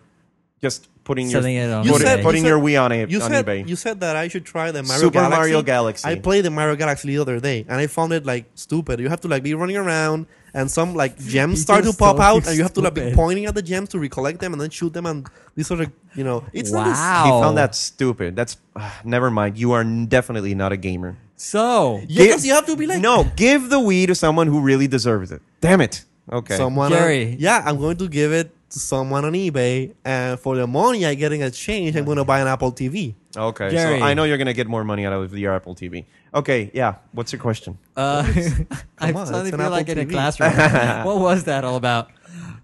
B: just putting
C: Selling
B: your
C: it on
B: put- putting,
C: eBay. You
D: said-
B: your Wii on, a,
D: You
B: on
D: said
B: eBay.
D: you said that I should try the Mario
B: Super
D: Galaxy.
B: Mario Galaxy.
D: I played the Mario Galaxy the other day, and I found it like stupid. You have to like be running around, and some like gems
C: <laughs> It
D: start to
C: is
D: pop
C: so
D: out, and you have to like be
C: stupid.
D: pointing at the gems to recollect them, and then shoot them, and these sort of you know, it's not as-
C: Wow.
B: he
C: Oh.
B: found that stupid. That's ah, never mind. You are n- definitely not a gamer.
C: So
D: Yes,
B: Give-
D: you have to be like
B: no, give the Wii to someone who really deserves it. Damn it. Okay.
D: someone.
C: Jerry.
D: On, yeah, I'm going to give it to someone on eBay, and for the money I get in exchange, I'm going to buy an Apple TV.
B: Okay,
C: Gary.
B: so I know you're gonna get more money out of your Apple TV. Okay, yeah. What's your question,
C: uh, <laughs> I
D: on,
C: suddenly
D: it's an
C: feel like
D: Apple
C: in a
D: TV.
B: <laughs>
C: classroom. what was that all about,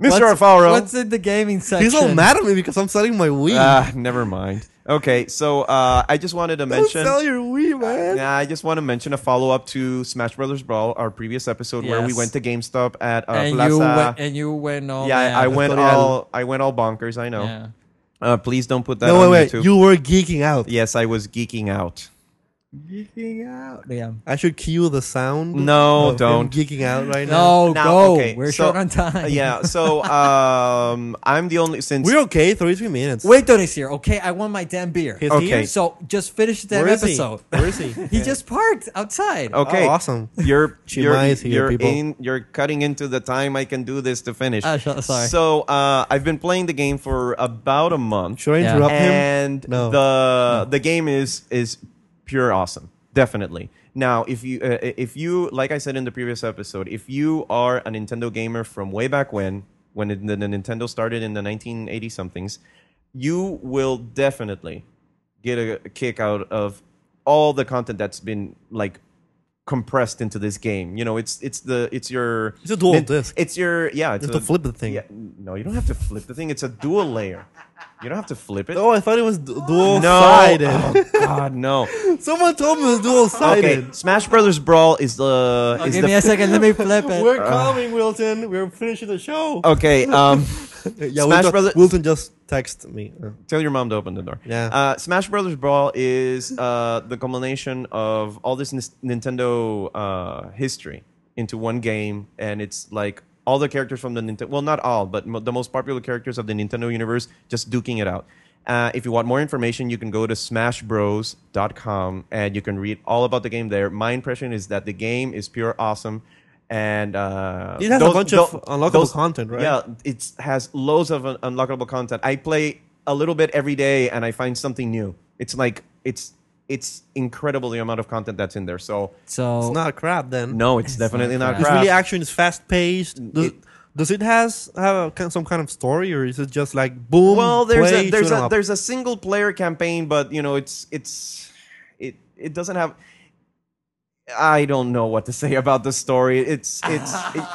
B: Mr.
C: What's-
B: Alfaro?
C: What's in the gaming section?
D: He's all mad at me because I'm selling my Wii.
B: Ah, never mind. Okay, so uh, I just wanted to
D: Don't
B: mention.
D: sell your Wii, man.
B: Nah, I just want to mention a follow up to Smash Brothers Brawl, our previous episode where we
C: Yes.
B: went to GameStop at uh,
C: and
B: Plaza.
C: you went, and you went all
B: yeah,
C: mad.
B: I went
D: Tutorial.
B: all I went all bonkers. I know.
C: Yeah.
B: Uh, please don't put that
D: No,
B: on
D: wait, wait.
B: YouTube.
D: You were geeking out.
B: yes, I was geeking out.
C: Yeah.
D: I should cue the sound.
B: No,
D: of him
B: don't.
D: geeking out right now.
C: No,
B: Now,
C: Oh, go.
B: okay,
C: We're
B: so- uh,
C: short on time.
B: yeah, so um, I'm the only since
D: we're okay. Thirty-three minutes.
C: Wait till this year, okay? I want my damn beer.
D: Is
B: Okay.
D: he here?
C: So just finish that
D: Where is he?
C: episode.
D: Where is he?
C: <laughs> He just parked outside.
B: Okay.
D: Oh, awesome.
B: You're you're,
D: Chimay is here,
B: you're
D: people.
B: in you're cutting into the time I can do this to finish.
C: Oh, so- sorry.
B: So uh, I've been playing the game for about a month.
D: Should I
C: Yeah.
D: interrupt him?
B: And
D: No.
B: the the game is is pure awesome. Definitely. Now, if you uh, if you like I said in the previous episode, if you are a Nintendo gamer from way back when when it, the, the Nintendo started in the 1980 somethings, you will definitely get a, a kick out of all the content that's been like compressed into this game. You know, it's it's the it's your
D: It's a dual disc.
B: It's your yeah. It's
D: Just to flip the thing.
B: yeah, no, you don't have to flip the thing. It's a dual layer. You don't have to flip it.
D: Oh, I thought it was du- <laughs> dual
B: no.
D: sided.
B: Oh, God, no.
D: Someone told me it was dual <laughs> sided.
B: Okay, Smash Brothers Brawl is the
C: Oh,
B: is
C: give
B: the
C: me a second. Let me
D: <laughs>
C: flip it.
D: We're coming, Wilton. We're finishing the show. Uh,
B: okay. Um,
C: <laughs>
D: yeah,
B: Smash
D: Wilton,
B: Brothers-
D: Wilton just texted me. Uh,
B: tell your mom to open the door.
D: Yeah.
B: Uh, Smash Brothers Brawl is uh, the culmination of all this nis- Nintendo uh, history into one game, and it's like all the characters from the Nintendo. Well, not all, but mo- the most popular characters of the Nintendo universe just duking it out. Uh, if you want more information, you can go to smashbros.com and you can read all about the game there. My impression is that the game is pure awesome. And uh,
D: It has a bunch of unlockable content, right?
B: Yeah, it has loads of un- unlockable content. I play a little bit every day, and I find something new. It's like it's it's incredible the amount of content that's in there. So
C: So
D: It's not crap then.
B: no, it's definitely not
C: crap.
D: It's
B: crap.
D: really action. It's fast paced. The,
B: It-
D: Does it has have a, kind- some kind of story, or is it just like boom?
B: Well, there's
D: play,
B: a there's
D: shoot 'em
B: a
D: up?
B: there's a single player campaign, but you know it's it's it it doesn't have. I don't know what to say about the story. It's <laughs> it's it,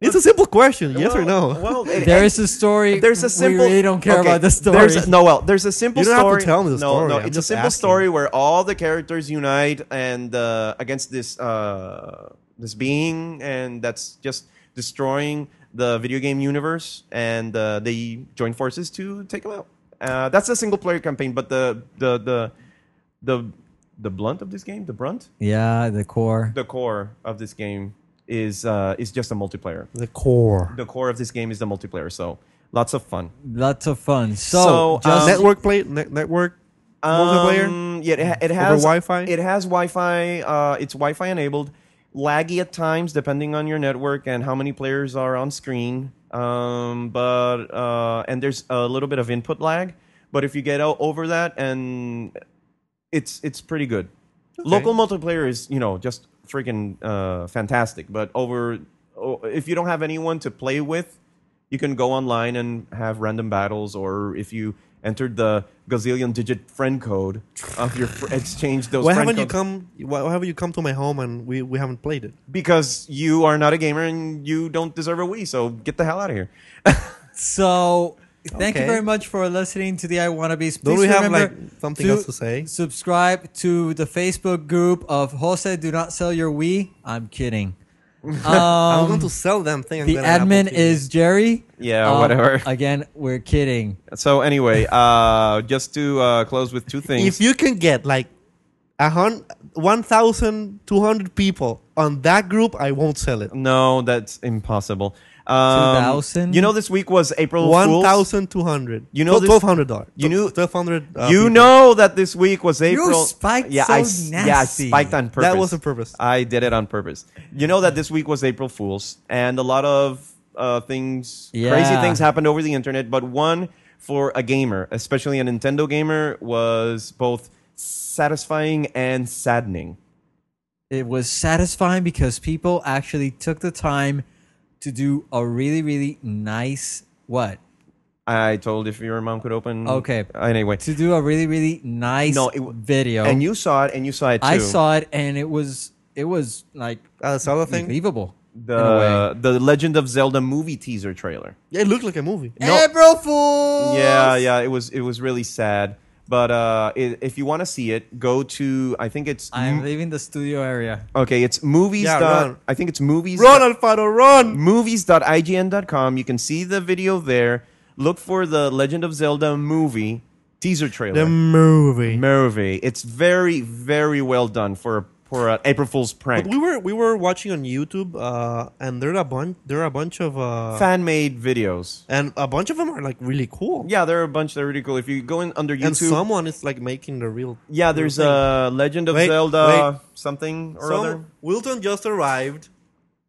D: it's a simple question, yes or no?
B: well, Well, it-
C: There is a story.
B: there's a simple.
C: We really don't care
B: okay,
C: about the story.
B: There's no, well, there's a simple
D: You don't have to
B: story.
D: tell me the
B: no,
D: story,
B: no,
D: I'm
B: it's a
D: just
B: simple
D: asking.
B: story where all the characters unite and uh, against this uh, this being, and that's just destroying the video game universe. And uh, they join forces to take him out. Uh, that's a single player campaign, but the the the the the blunt of this game, the brunt,
C: yeah, the core.
B: the core of this game is uh, is just a multiplayer.
D: <laughs> the core.
B: The core of this game is the multiplayer, so lots of fun.
C: Lots of fun.
B: So,
C: So,
D: uh,
B: um,
C: just
D: network play ne- network multiplayer.
B: Um, Yeah, it, ha- it
D: Over
B: has
D: Wi-Fi?
B: It has Wi-Fi. Uh, it's Wi-Fi enabled. Laggy at times, depending on your network and how many players are on screen. Um, but uh, and there's a little bit of input lag. But if you get out over that, and it's it's pretty good. Local multiplayer is you know just freaking uh, fantastic. But over o- if you don't have anyone to play with, you can go online and have random battles, or if you entered the gazillion digit friend code of your fr- exchange those.
D: Why
B: friend
D: haven't you
B: codes.
D: come? Why why haven't you come to my home and we, we haven't played it?
B: Because you are not a gamer and you don't deserve a Wii. So get the hell out of here.
C: so thank
D: Okay.
C: you very much for listening to the I Wanna Be.
D: Don't
C: Please
D: we have,
C: remember
D: like, something else to say?
C: Subscribe to the Facebook group of Jose. Do not sell your Wii.
D: <laughs>
C: I'm kidding.
D: I'm
C: Um,
D: going to sell them thing.
C: the admin is Jerry. Um,
B: Yeah, whatever. <laughs>
C: Again, we're kidding.
B: So
D: <laughs>
B: anyway, uh, just to uh, close with two things.
D: If you can get like a hun- 1,200 people on that group, I won't sell it.
B: no, that's impossible. Um,
C: 2000?
B: You know, this week was April Fool's.
D: 1,200.
B: You know this-
D: twelve hundred dollars.
B: you knew-
D: twelve hundred. uh,
B: you know that this week was April.
C: spiked
B: yeah,
C: so
B: I, s- Yeah, I
C: nasty.
B: spiked on purpose.
D: That was on purpose.
B: I did it on purpose. You know that this week was April Fool's, and a lot of uh, things, crazy
C: Yeah.
B: things happened over the internet. But one for a gamer, especially a Nintendo gamer, was both satisfying and saddening.
C: It was satisfying because people actually took the time to do a really, really nice what?
B: I told if your mom could open.
C: Okay.
B: Anyway,
C: To do a really, really nice
B: No, it w-
C: video.
B: and you saw it, and you saw it too.
C: I saw it and it was it was like
D: uh, the other thing.
C: unbelievable. in a way.
B: the the Legend of Zelda movie teaser trailer.
D: It looked like a movie.
C: April Fools.
B: Yeah, yeah, it was it was really sad. But uh, i if you want to see it, go to I think it's
C: I'm
B: m-
C: leaving the studio area.
B: okay. It's movies.
D: Yeah,
B: dot,
D: run.
B: I think it's movies.
D: <laughs> Run, Alfaro, run!
B: movies.ign.com. You can see the video there. Look for the Legend of Zelda movie teaser trailer.
D: The movie.
B: movie. It's very very well done for for an April Fool's
D: But
B: prank.
D: we were we were watching on YouTube, uh, and there are a bunch there are a bunch of uh,
B: Fan made videos.
D: and a bunch of them are like really cool.
B: Yeah, there are a bunch that are really cool. If you go in under
D: and
B: YouTube,
D: someone is like making the real.
B: yeah,
D: real
B: there's
D: thing.
B: a Legend of
D: Wait,
B: Zelda something or
D: Some-
B: other.
D: Wilton just arrived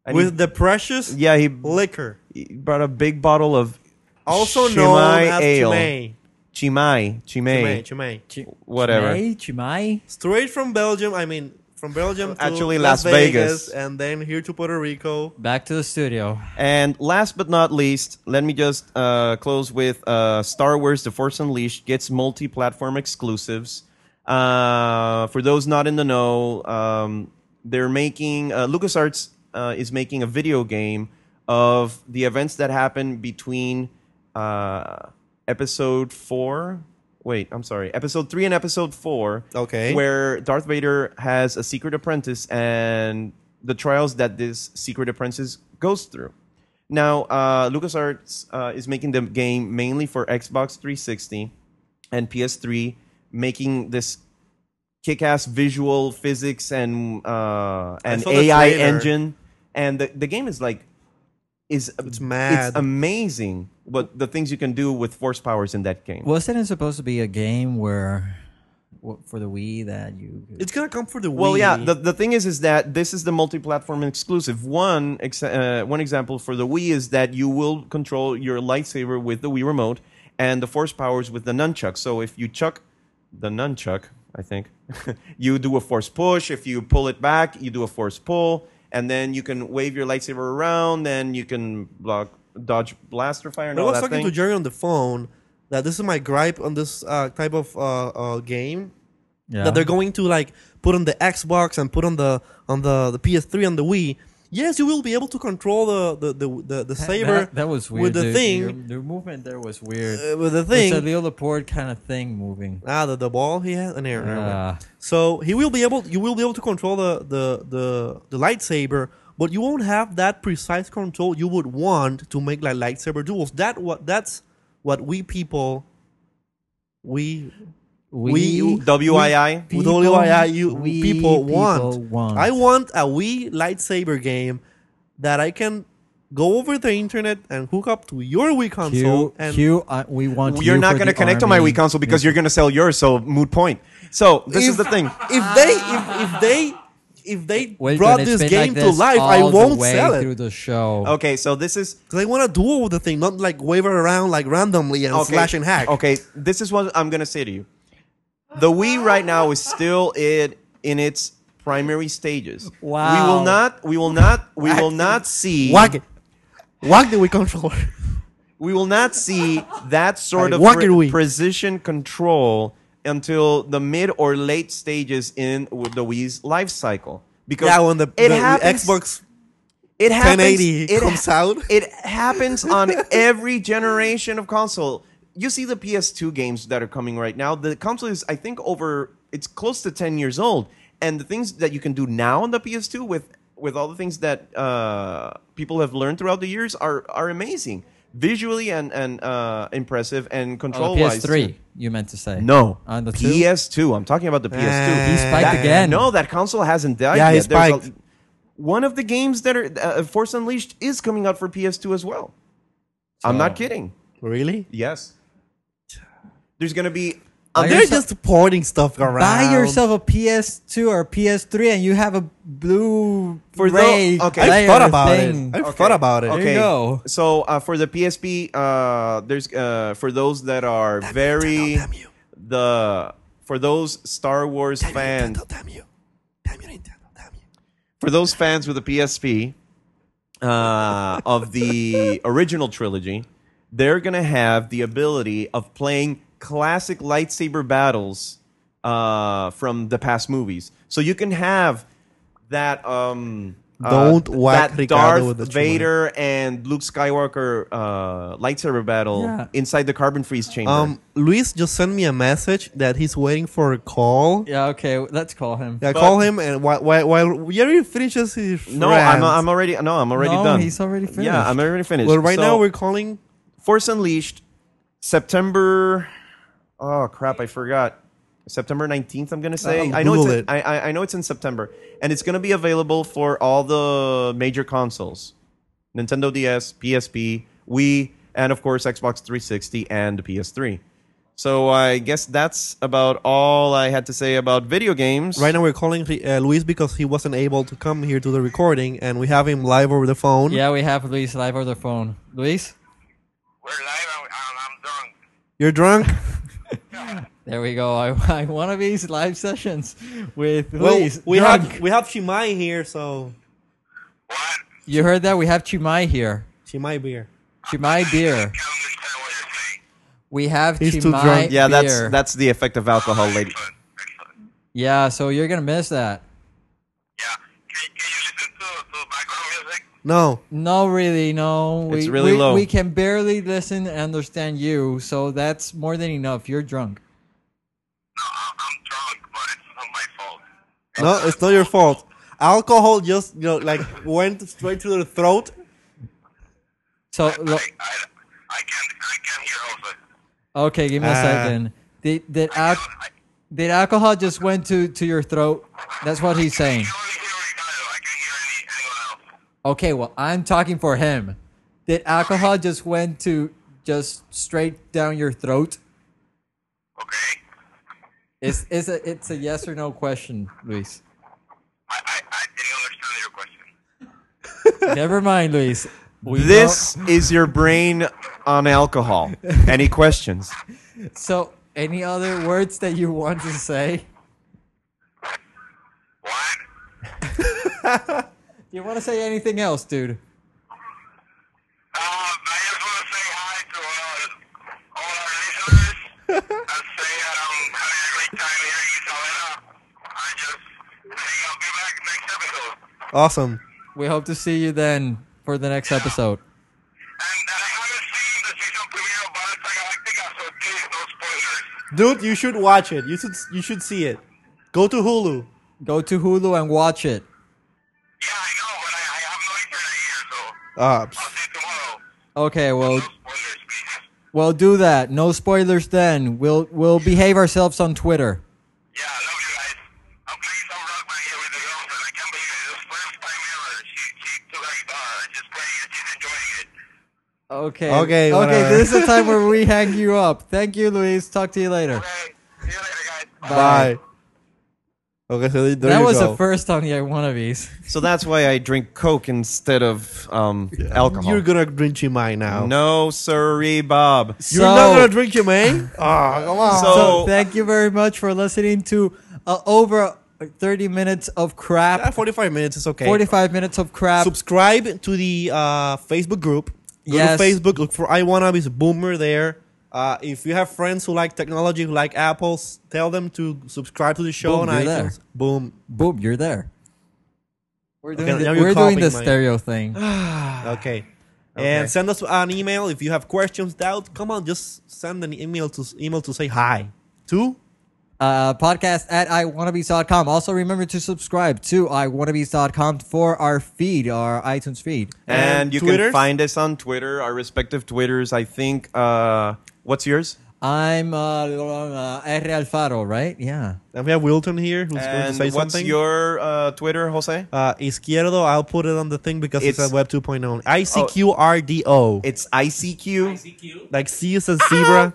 B: And
D: with Oh,
B: he-
D: the precious
B: yeah, he
D: liquor,
B: he brought a big bottle of
D: also
B: Chimay
D: known as
B: ale.
D: Chimay.
B: Chimay,
D: Chimay,
B: Chimay,
D: Chimay.
B: whatever.
C: Chimay, Chimay.
D: Straight from Belgium. I mean, from Belgium. To
B: Actually, Las
D: Las,
B: Vegas.
D: and then here to Puerto Rico.
C: Back to the studio.
B: And last but not least, let me just uh, close with uh, Star Wars: The Force Unleashed gets multi-platform exclusives. Uh, for those not in the know, um, they're making uh, LucasArts uh, is making a video game of the events that happen between uh, Episode Four. Wait, I'm sorry, Episode Three and Episode Four.
D: Okay.
B: where Darth Vader has a secret apprentice and the trials that this secret apprentice goes through. Now, uh, LucasArts uh, is making the game mainly for Xbox 360 and PS3, making this kick-ass visual physics and uh, and
D: saw the
B: AI
D: trailer.
B: engine. And the, the game is like is
D: It's mad.
B: It's amazing what the things you can do with force powers in that game.
C: Wasn't it supposed to be a game where what, for the Wii that you could-
D: It's gonna come for the
B: Well,
D: Wii.
B: yeah. The, the thing is, is that this is the multi-platform exclusive. One ex- uh, one example for the Wii is that you will control your lightsaber with the Wii remote and the force powers with the nunchuck. So if you chuck the <laughs> nunchuck, I think you do a force push. If you pull it back, you do a force pull. and then you can wave your lightsaber around, and you can block, dodge blaster fire, and
D: But I
B: all
D: was
B: that
D: talking
B: thing.
D: to Jerry on the phone that this is my gripe on this uh, type of uh, uh, game
C: Yeah.
D: that they're going to like put on the Xbox and put on the on the, the PS3 and the Wii. Yes, you will be able to control the the the, the, the
C: That-
D: saber.
C: That, that was weird.
D: with the
C: dude.
D: thing.
C: Your, your movement there was weird.
D: uh, with the
C: It's a
D: thing.
C: Leo Laporte kind of thing moving.
D: Ah, the, the ball he has an error.
C: Ah.
D: So he will be able. You will be able to control the the the, the lightsaber, but you won't have that precise control you would want to make like lightsaber duels. That what that's what we people. We
C: We,
D: you-
B: WII.
D: with all
C: People-
D: your eye, you
C: we
D: people want.
C: people want.
D: I want a Wii lightsaber game that I can go over the internet and hook up to your Wii console
C: Q,
D: and
C: Q, I- we want.
B: You're
C: you
B: not
C: for
B: going to
C: the
B: connect
C: army.
B: to my Wii console because you're going to sell yours. So moot point. So this is
D: If-
B: the thing.
D: if they if, if they if they
C: We're
D: brought
C: gonna
D: this game
C: spin like
D: to life, I
C: all the
D: won't
C: way
D: sell
C: through
D: it Oh,
C: the show.
B: Okay, so this is
D: because I want to duel with the thing, not like waver around like randomly and slash and hack.
B: Okay, this is what I'm gonna say to you. The Wii right now is still it in its primary stages. We
C: Wow.
B: will not. We will not. We will not see.
D: whack it, whack the Wii
B: <laughs>
D: controller.
B: We will not see that sort
D: Hey,
B: of
D: walk
B: pre-
D: it, Wii.
B: precision control until the mid or late stages in with the Wii's life cycle. Because
D: yeah, when the, the,
B: it
D: the
B: happens-
D: Xbox
B: it happens,
D: 1080
B: it
D: comes out.
B: <laughs> It happens on every generation of console. You see the PS2 games that are coming right now. The console is, I think, over it's close to ten years old, and the things that you can do now on the PS2 with with all the things that uh, people have learned throughout the years are are amazing, visually and and uh, impressive and
C: On
B: control
C: the
B: wise.
C: PS3, you meant to say?
B: No,
D: Uh,
C: On the two?
B: PS2. I'm talking about the PS2.
C: He spiked
B: That-
C: again.
B: No, that console hasn't died
D: Yeah, he
B: yet. There's
D: spiked.
B: one of the games that are uh, Force Unleashed is coming out for PS2 as well. I'm not kidding.
D: Really?
B: Yes, there's gonna be.
C: Buy
D: They're
C: yourself-
D: just porting stuff around.
C: Buy yourself a PS2 or PS3, and you have a blue
B: For tho-
C: ray
B: okay.
D: I
C: player
D: thought about
C: thing.
D: it. I thought about it.
C: you go.
B: So uh, for the PSP, uh, there's uh, for those that are
D: Nintendo,
B: very
D: damn you.
B: the for those Star Wars fans
D: Nintendo, damn you. Damn you, Nintendo, damn you.
B: for those fans with a PSP uh, of the original trilogy, they're gonna have the ability of playing classic lightsaber battles uh, from the past movies. So you can have that. Um, uh,
D: Don't whack
B: that
D: Ricardo
B: Darth
D: with the chewing.
B: Vader and Luke Skywalker uh, lightsaber battle
C: Yeah.
B: inside the carbon freeze chamber.
D: Um, Luis just sent me a message that he's waiting for a call.
C: Yeah. Okay. Let's call him.
D: I call him and while while, while Yuri finishes his
B: no, I'm,
D: rant-
B: I'm already no, I'm already
C: No,
B: done.
C: he's already finished.
B: Yeah, I'm already finished.
D: well right
B: So-
D: now we're calling.
B: Force Unleashed, September. Oh crap! I forgot. September nineteenth. I'm gonna say.
D: Uh,
B: I know
D: Google
B: it's.
D: it.
B: I, I I know it's in September, and it's gonna be available for all the major consoles: Nintendo DS, PSP, Wii, and of course Xbox 360 and PS3. So I guess that's about all I had to say about video games.
D: Right now we're calling uh, Luis because he wasn't able to come here to the recording, and we have him live over the phone.
C: Yeah, we have Luis live on the phone. Luis,
E: We're live. I'm, I'm, I'm drunk.
D: You're drunk.
C: there we go. I, <laughs> I one of these live sessions
D: <laughs>
C: with
D: well,
C: Luis.
D: we
C: drunk.
D: have we have Shimai here, so
E: What?
C: You heard that? We have Chimay here.
D: Shimai beer.
C: Chimay beer.
E: I don't understand what you're saying.
C: We have
D: He's
C: Chimay
D: too drunk.
B: Yeah, that's
C: beer.
B: that's the effect of alcohol, lady.
E: Excellent. Excellent.
C: Yeah, so you're gonna miss that.
E: Yeah. Can, can you listen to, to background music?
D: No,
C: No, really, no. We,
B: It's really
C: we,
B: low.
C: We can barely listen and understand you, so that's more than enough. You're drunk.
E: No, I'm, I'm drunk, but it's not my fault.
D: no, it's not your fault. Alcohol just you know like went straight to the throat.
C: So
E: I,
C: lo-
E: I, I can't I can't hear also.
C: okay, give me a
D: Ah.
C: second. Did did, al-
E: I,
C: did alcohol just went to to your throat? That's what he's
E: I
C: saying.
E: can only hear Ricardo. I can't hear any, anyone else.
C: Okay, well, I'm talking for him. Did alcohol just went to just straight down your throat?
E: Okay.
C: It's it's a it's a yes or no question, Luis.
E: I, I, I didn't understand your question.
C: Never mind, Luis. We know-
B: This is your brain
D: <laughs>
B: on alcohol. Any questions?
C: so, any other words that you want to say?
E: What?
C: Do you want to say anything else, dude?
E: Um, I just want to say hi to all, all our listeners and say that I'm having a great time here in Isabela. I just think I'll be back next episode.
D: Awesome.
C: We hope to see you then for the next episode.
E: And, and I haven't seen the season premiere of Battlestar Galactica, so please, no spoilers.
D: Dude, you should watch it. You should you should see it. Go to Hulu.
C: Go to Hulu and watch it.
E: Yeah, I know, but I, I have no internet here,
D: Uh,
E: so I'll see you tomorrow.
C: Okay, well,
E: No spoilers, please.
C: well, do that. No spoilers. Then we'll we'll behave ourselves on Twitter.
E: Yeah, I love you guys. I'm playing some rock band here with the girlfriend. I can't believe it. It's the first time ever. She, she took a guitar and just playing it. She's enjoying it.
C: Okay.
D: Okay,
C: Okay.
D: whatever.
C: This is the time where
D: <laughs>
C: we hang you up. Thank you, Luis. Talk to you later.
E: Okay, see you later, guys.
D: bye. Okay, so there
C: that
D: you
C: was
D: go.
C: the first time you had one
D: <laughs>
C: of these.
B: So that's why I drink Coke instead of um, alcohol.
D: You're gonna drink Chimay now.
B: no, sorry, Bob.
D: You're not gonna drink Chimay? <laughs> Ah, come on.
B: So-
C: So thank you very much for listening to uh, over 30 minutes of
D: Ah,
C: crap,
D: 45 minutes is okay.
C: 45 minutes of crap.
D: Subscribe to the uh, Facebook group. Go
C: Yes.
D: to Facebook. Look for I Wanna Be a Boomer there. Uh, if you have friends who like technology, who like apples, tell them to subscribe to the show
C: Boom,
D: on
C: you're
D: iTunes.
C: there.
D: <sighs> Boom.
C: Boom, you're there. We're doing
D: Okay,
C: the,
D: now you're
C: we're doing the
D: copying my-
C: stereo
D: <sighs>
C: thing.
D: Okay.
B: Okay.
D: And send us an email if you have questions, doubt. Come on, just send an email to email to say hi to
C: uh, podcast at iwannabees.com. Also, remember to subscribe to iwannabees.com for our feed, our iTunes feed.
B: And you
D: Twitters?
B: can find us on Twitter, our respective Twitters. I think, uh, what's yours?
C: I'm uh, uh, R. Alfaro, right? Yeah.
D: And we have Wilton here who's going to
B: And
D: say
B: what's
D: something.
B: your uh, Twitter, Jose?
D: uh, izquierdo, I'll put it on the thing because it's,
B: It's-
D: a Web 2.0. I C Q R D O.
B: It's ICQ.
D: Like C is a zebra.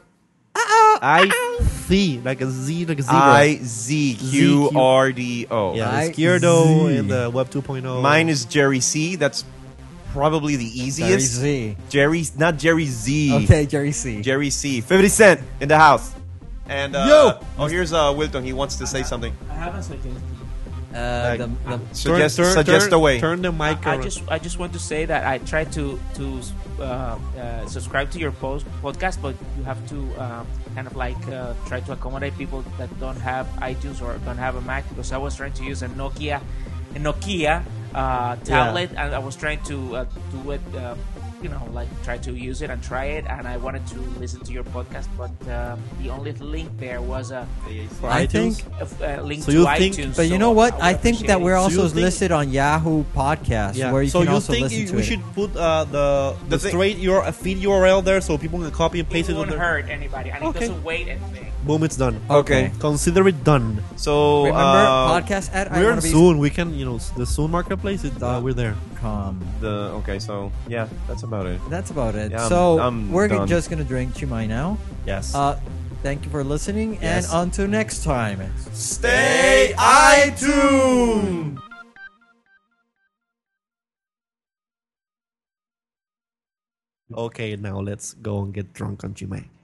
D: I C like a Z like a zebra.
B: I Z Q R D O.
D: yeah,
C: I-
D: izquierdo
C: Z.
D: in the Web oh. 2.0.
B: Mine is Jerry C. That's probably the
C: Jerry
B: easiest.
C: Z.
B: Jerry, not Jerry Z.
C: <laughs>
D: Oh,
C: Okay, Jerry C.
B: Jerry C. 50 Cent in the house. And uh,
D: Yo!
B: oh, here's uh, Wilton. He wants to say something.
F: I have a suggestion.
C: Uh, the, the,
B: Suggest, suggest
D: turn,
B: a way.
D: Turn the mic
F: I, I
D: around.
F: just I just want to say that I tried to to uh, uh, subscribe to your post, podcast, but you have to um, kind of like uh, try to accommodate people that don't have iTunes or don't have a Mac because I was trying to use a Nokia a Nokia uh, tablet and I was trying to uh, do it. Uh, you know, like try to use it and try it, and I wanted to listen to your podcast, but um, the only link there was a,
D: For
C: I
D: iTunes.
C: think-
F: a, a link
D: So
F: to
D: you think-
F: iTunes.
C: but you
F: so
C: know what?
F: would
C: I, think
F: appreciate
C: that
F: it.
C: we're
D: So you
C: also
D: think-
C: listed on Yahoo Podcast,
D: Yeah.
C: where you
D: so
C: can
D: you
C: also
D: think
C: listen to
D: we
C: it.
D: should put uh, the the,
B: The thing-
D: straight your a feed URL there so people can copy and paste
F: it
D: it, on
F: won't
D: their
F: hurt anybody, and
D: Okay.
F: it doesn't weigh anything.
D: boom. It's done.
B: Okay.
D: Consider it done.
B: So
C: Remember,
B: uh,
C: podcast at
D: we're on Zoom. We can you know s- the Zoom marketplace. It, uh, we're there.
C: iwannabees.com.
B: the okay. So yeah, that's about it.
C: That's about it.
B: Yeah, I'm-
C: so
B: I'm
C: we're
B: done.
C: just going to drink Chimay now.
D: Yes.
C: Uh, thank you for listening,
D: Yes.
C: and until next time.
B: Stay iTunes.
D: okay. Now let's go and get drunk on Gmail.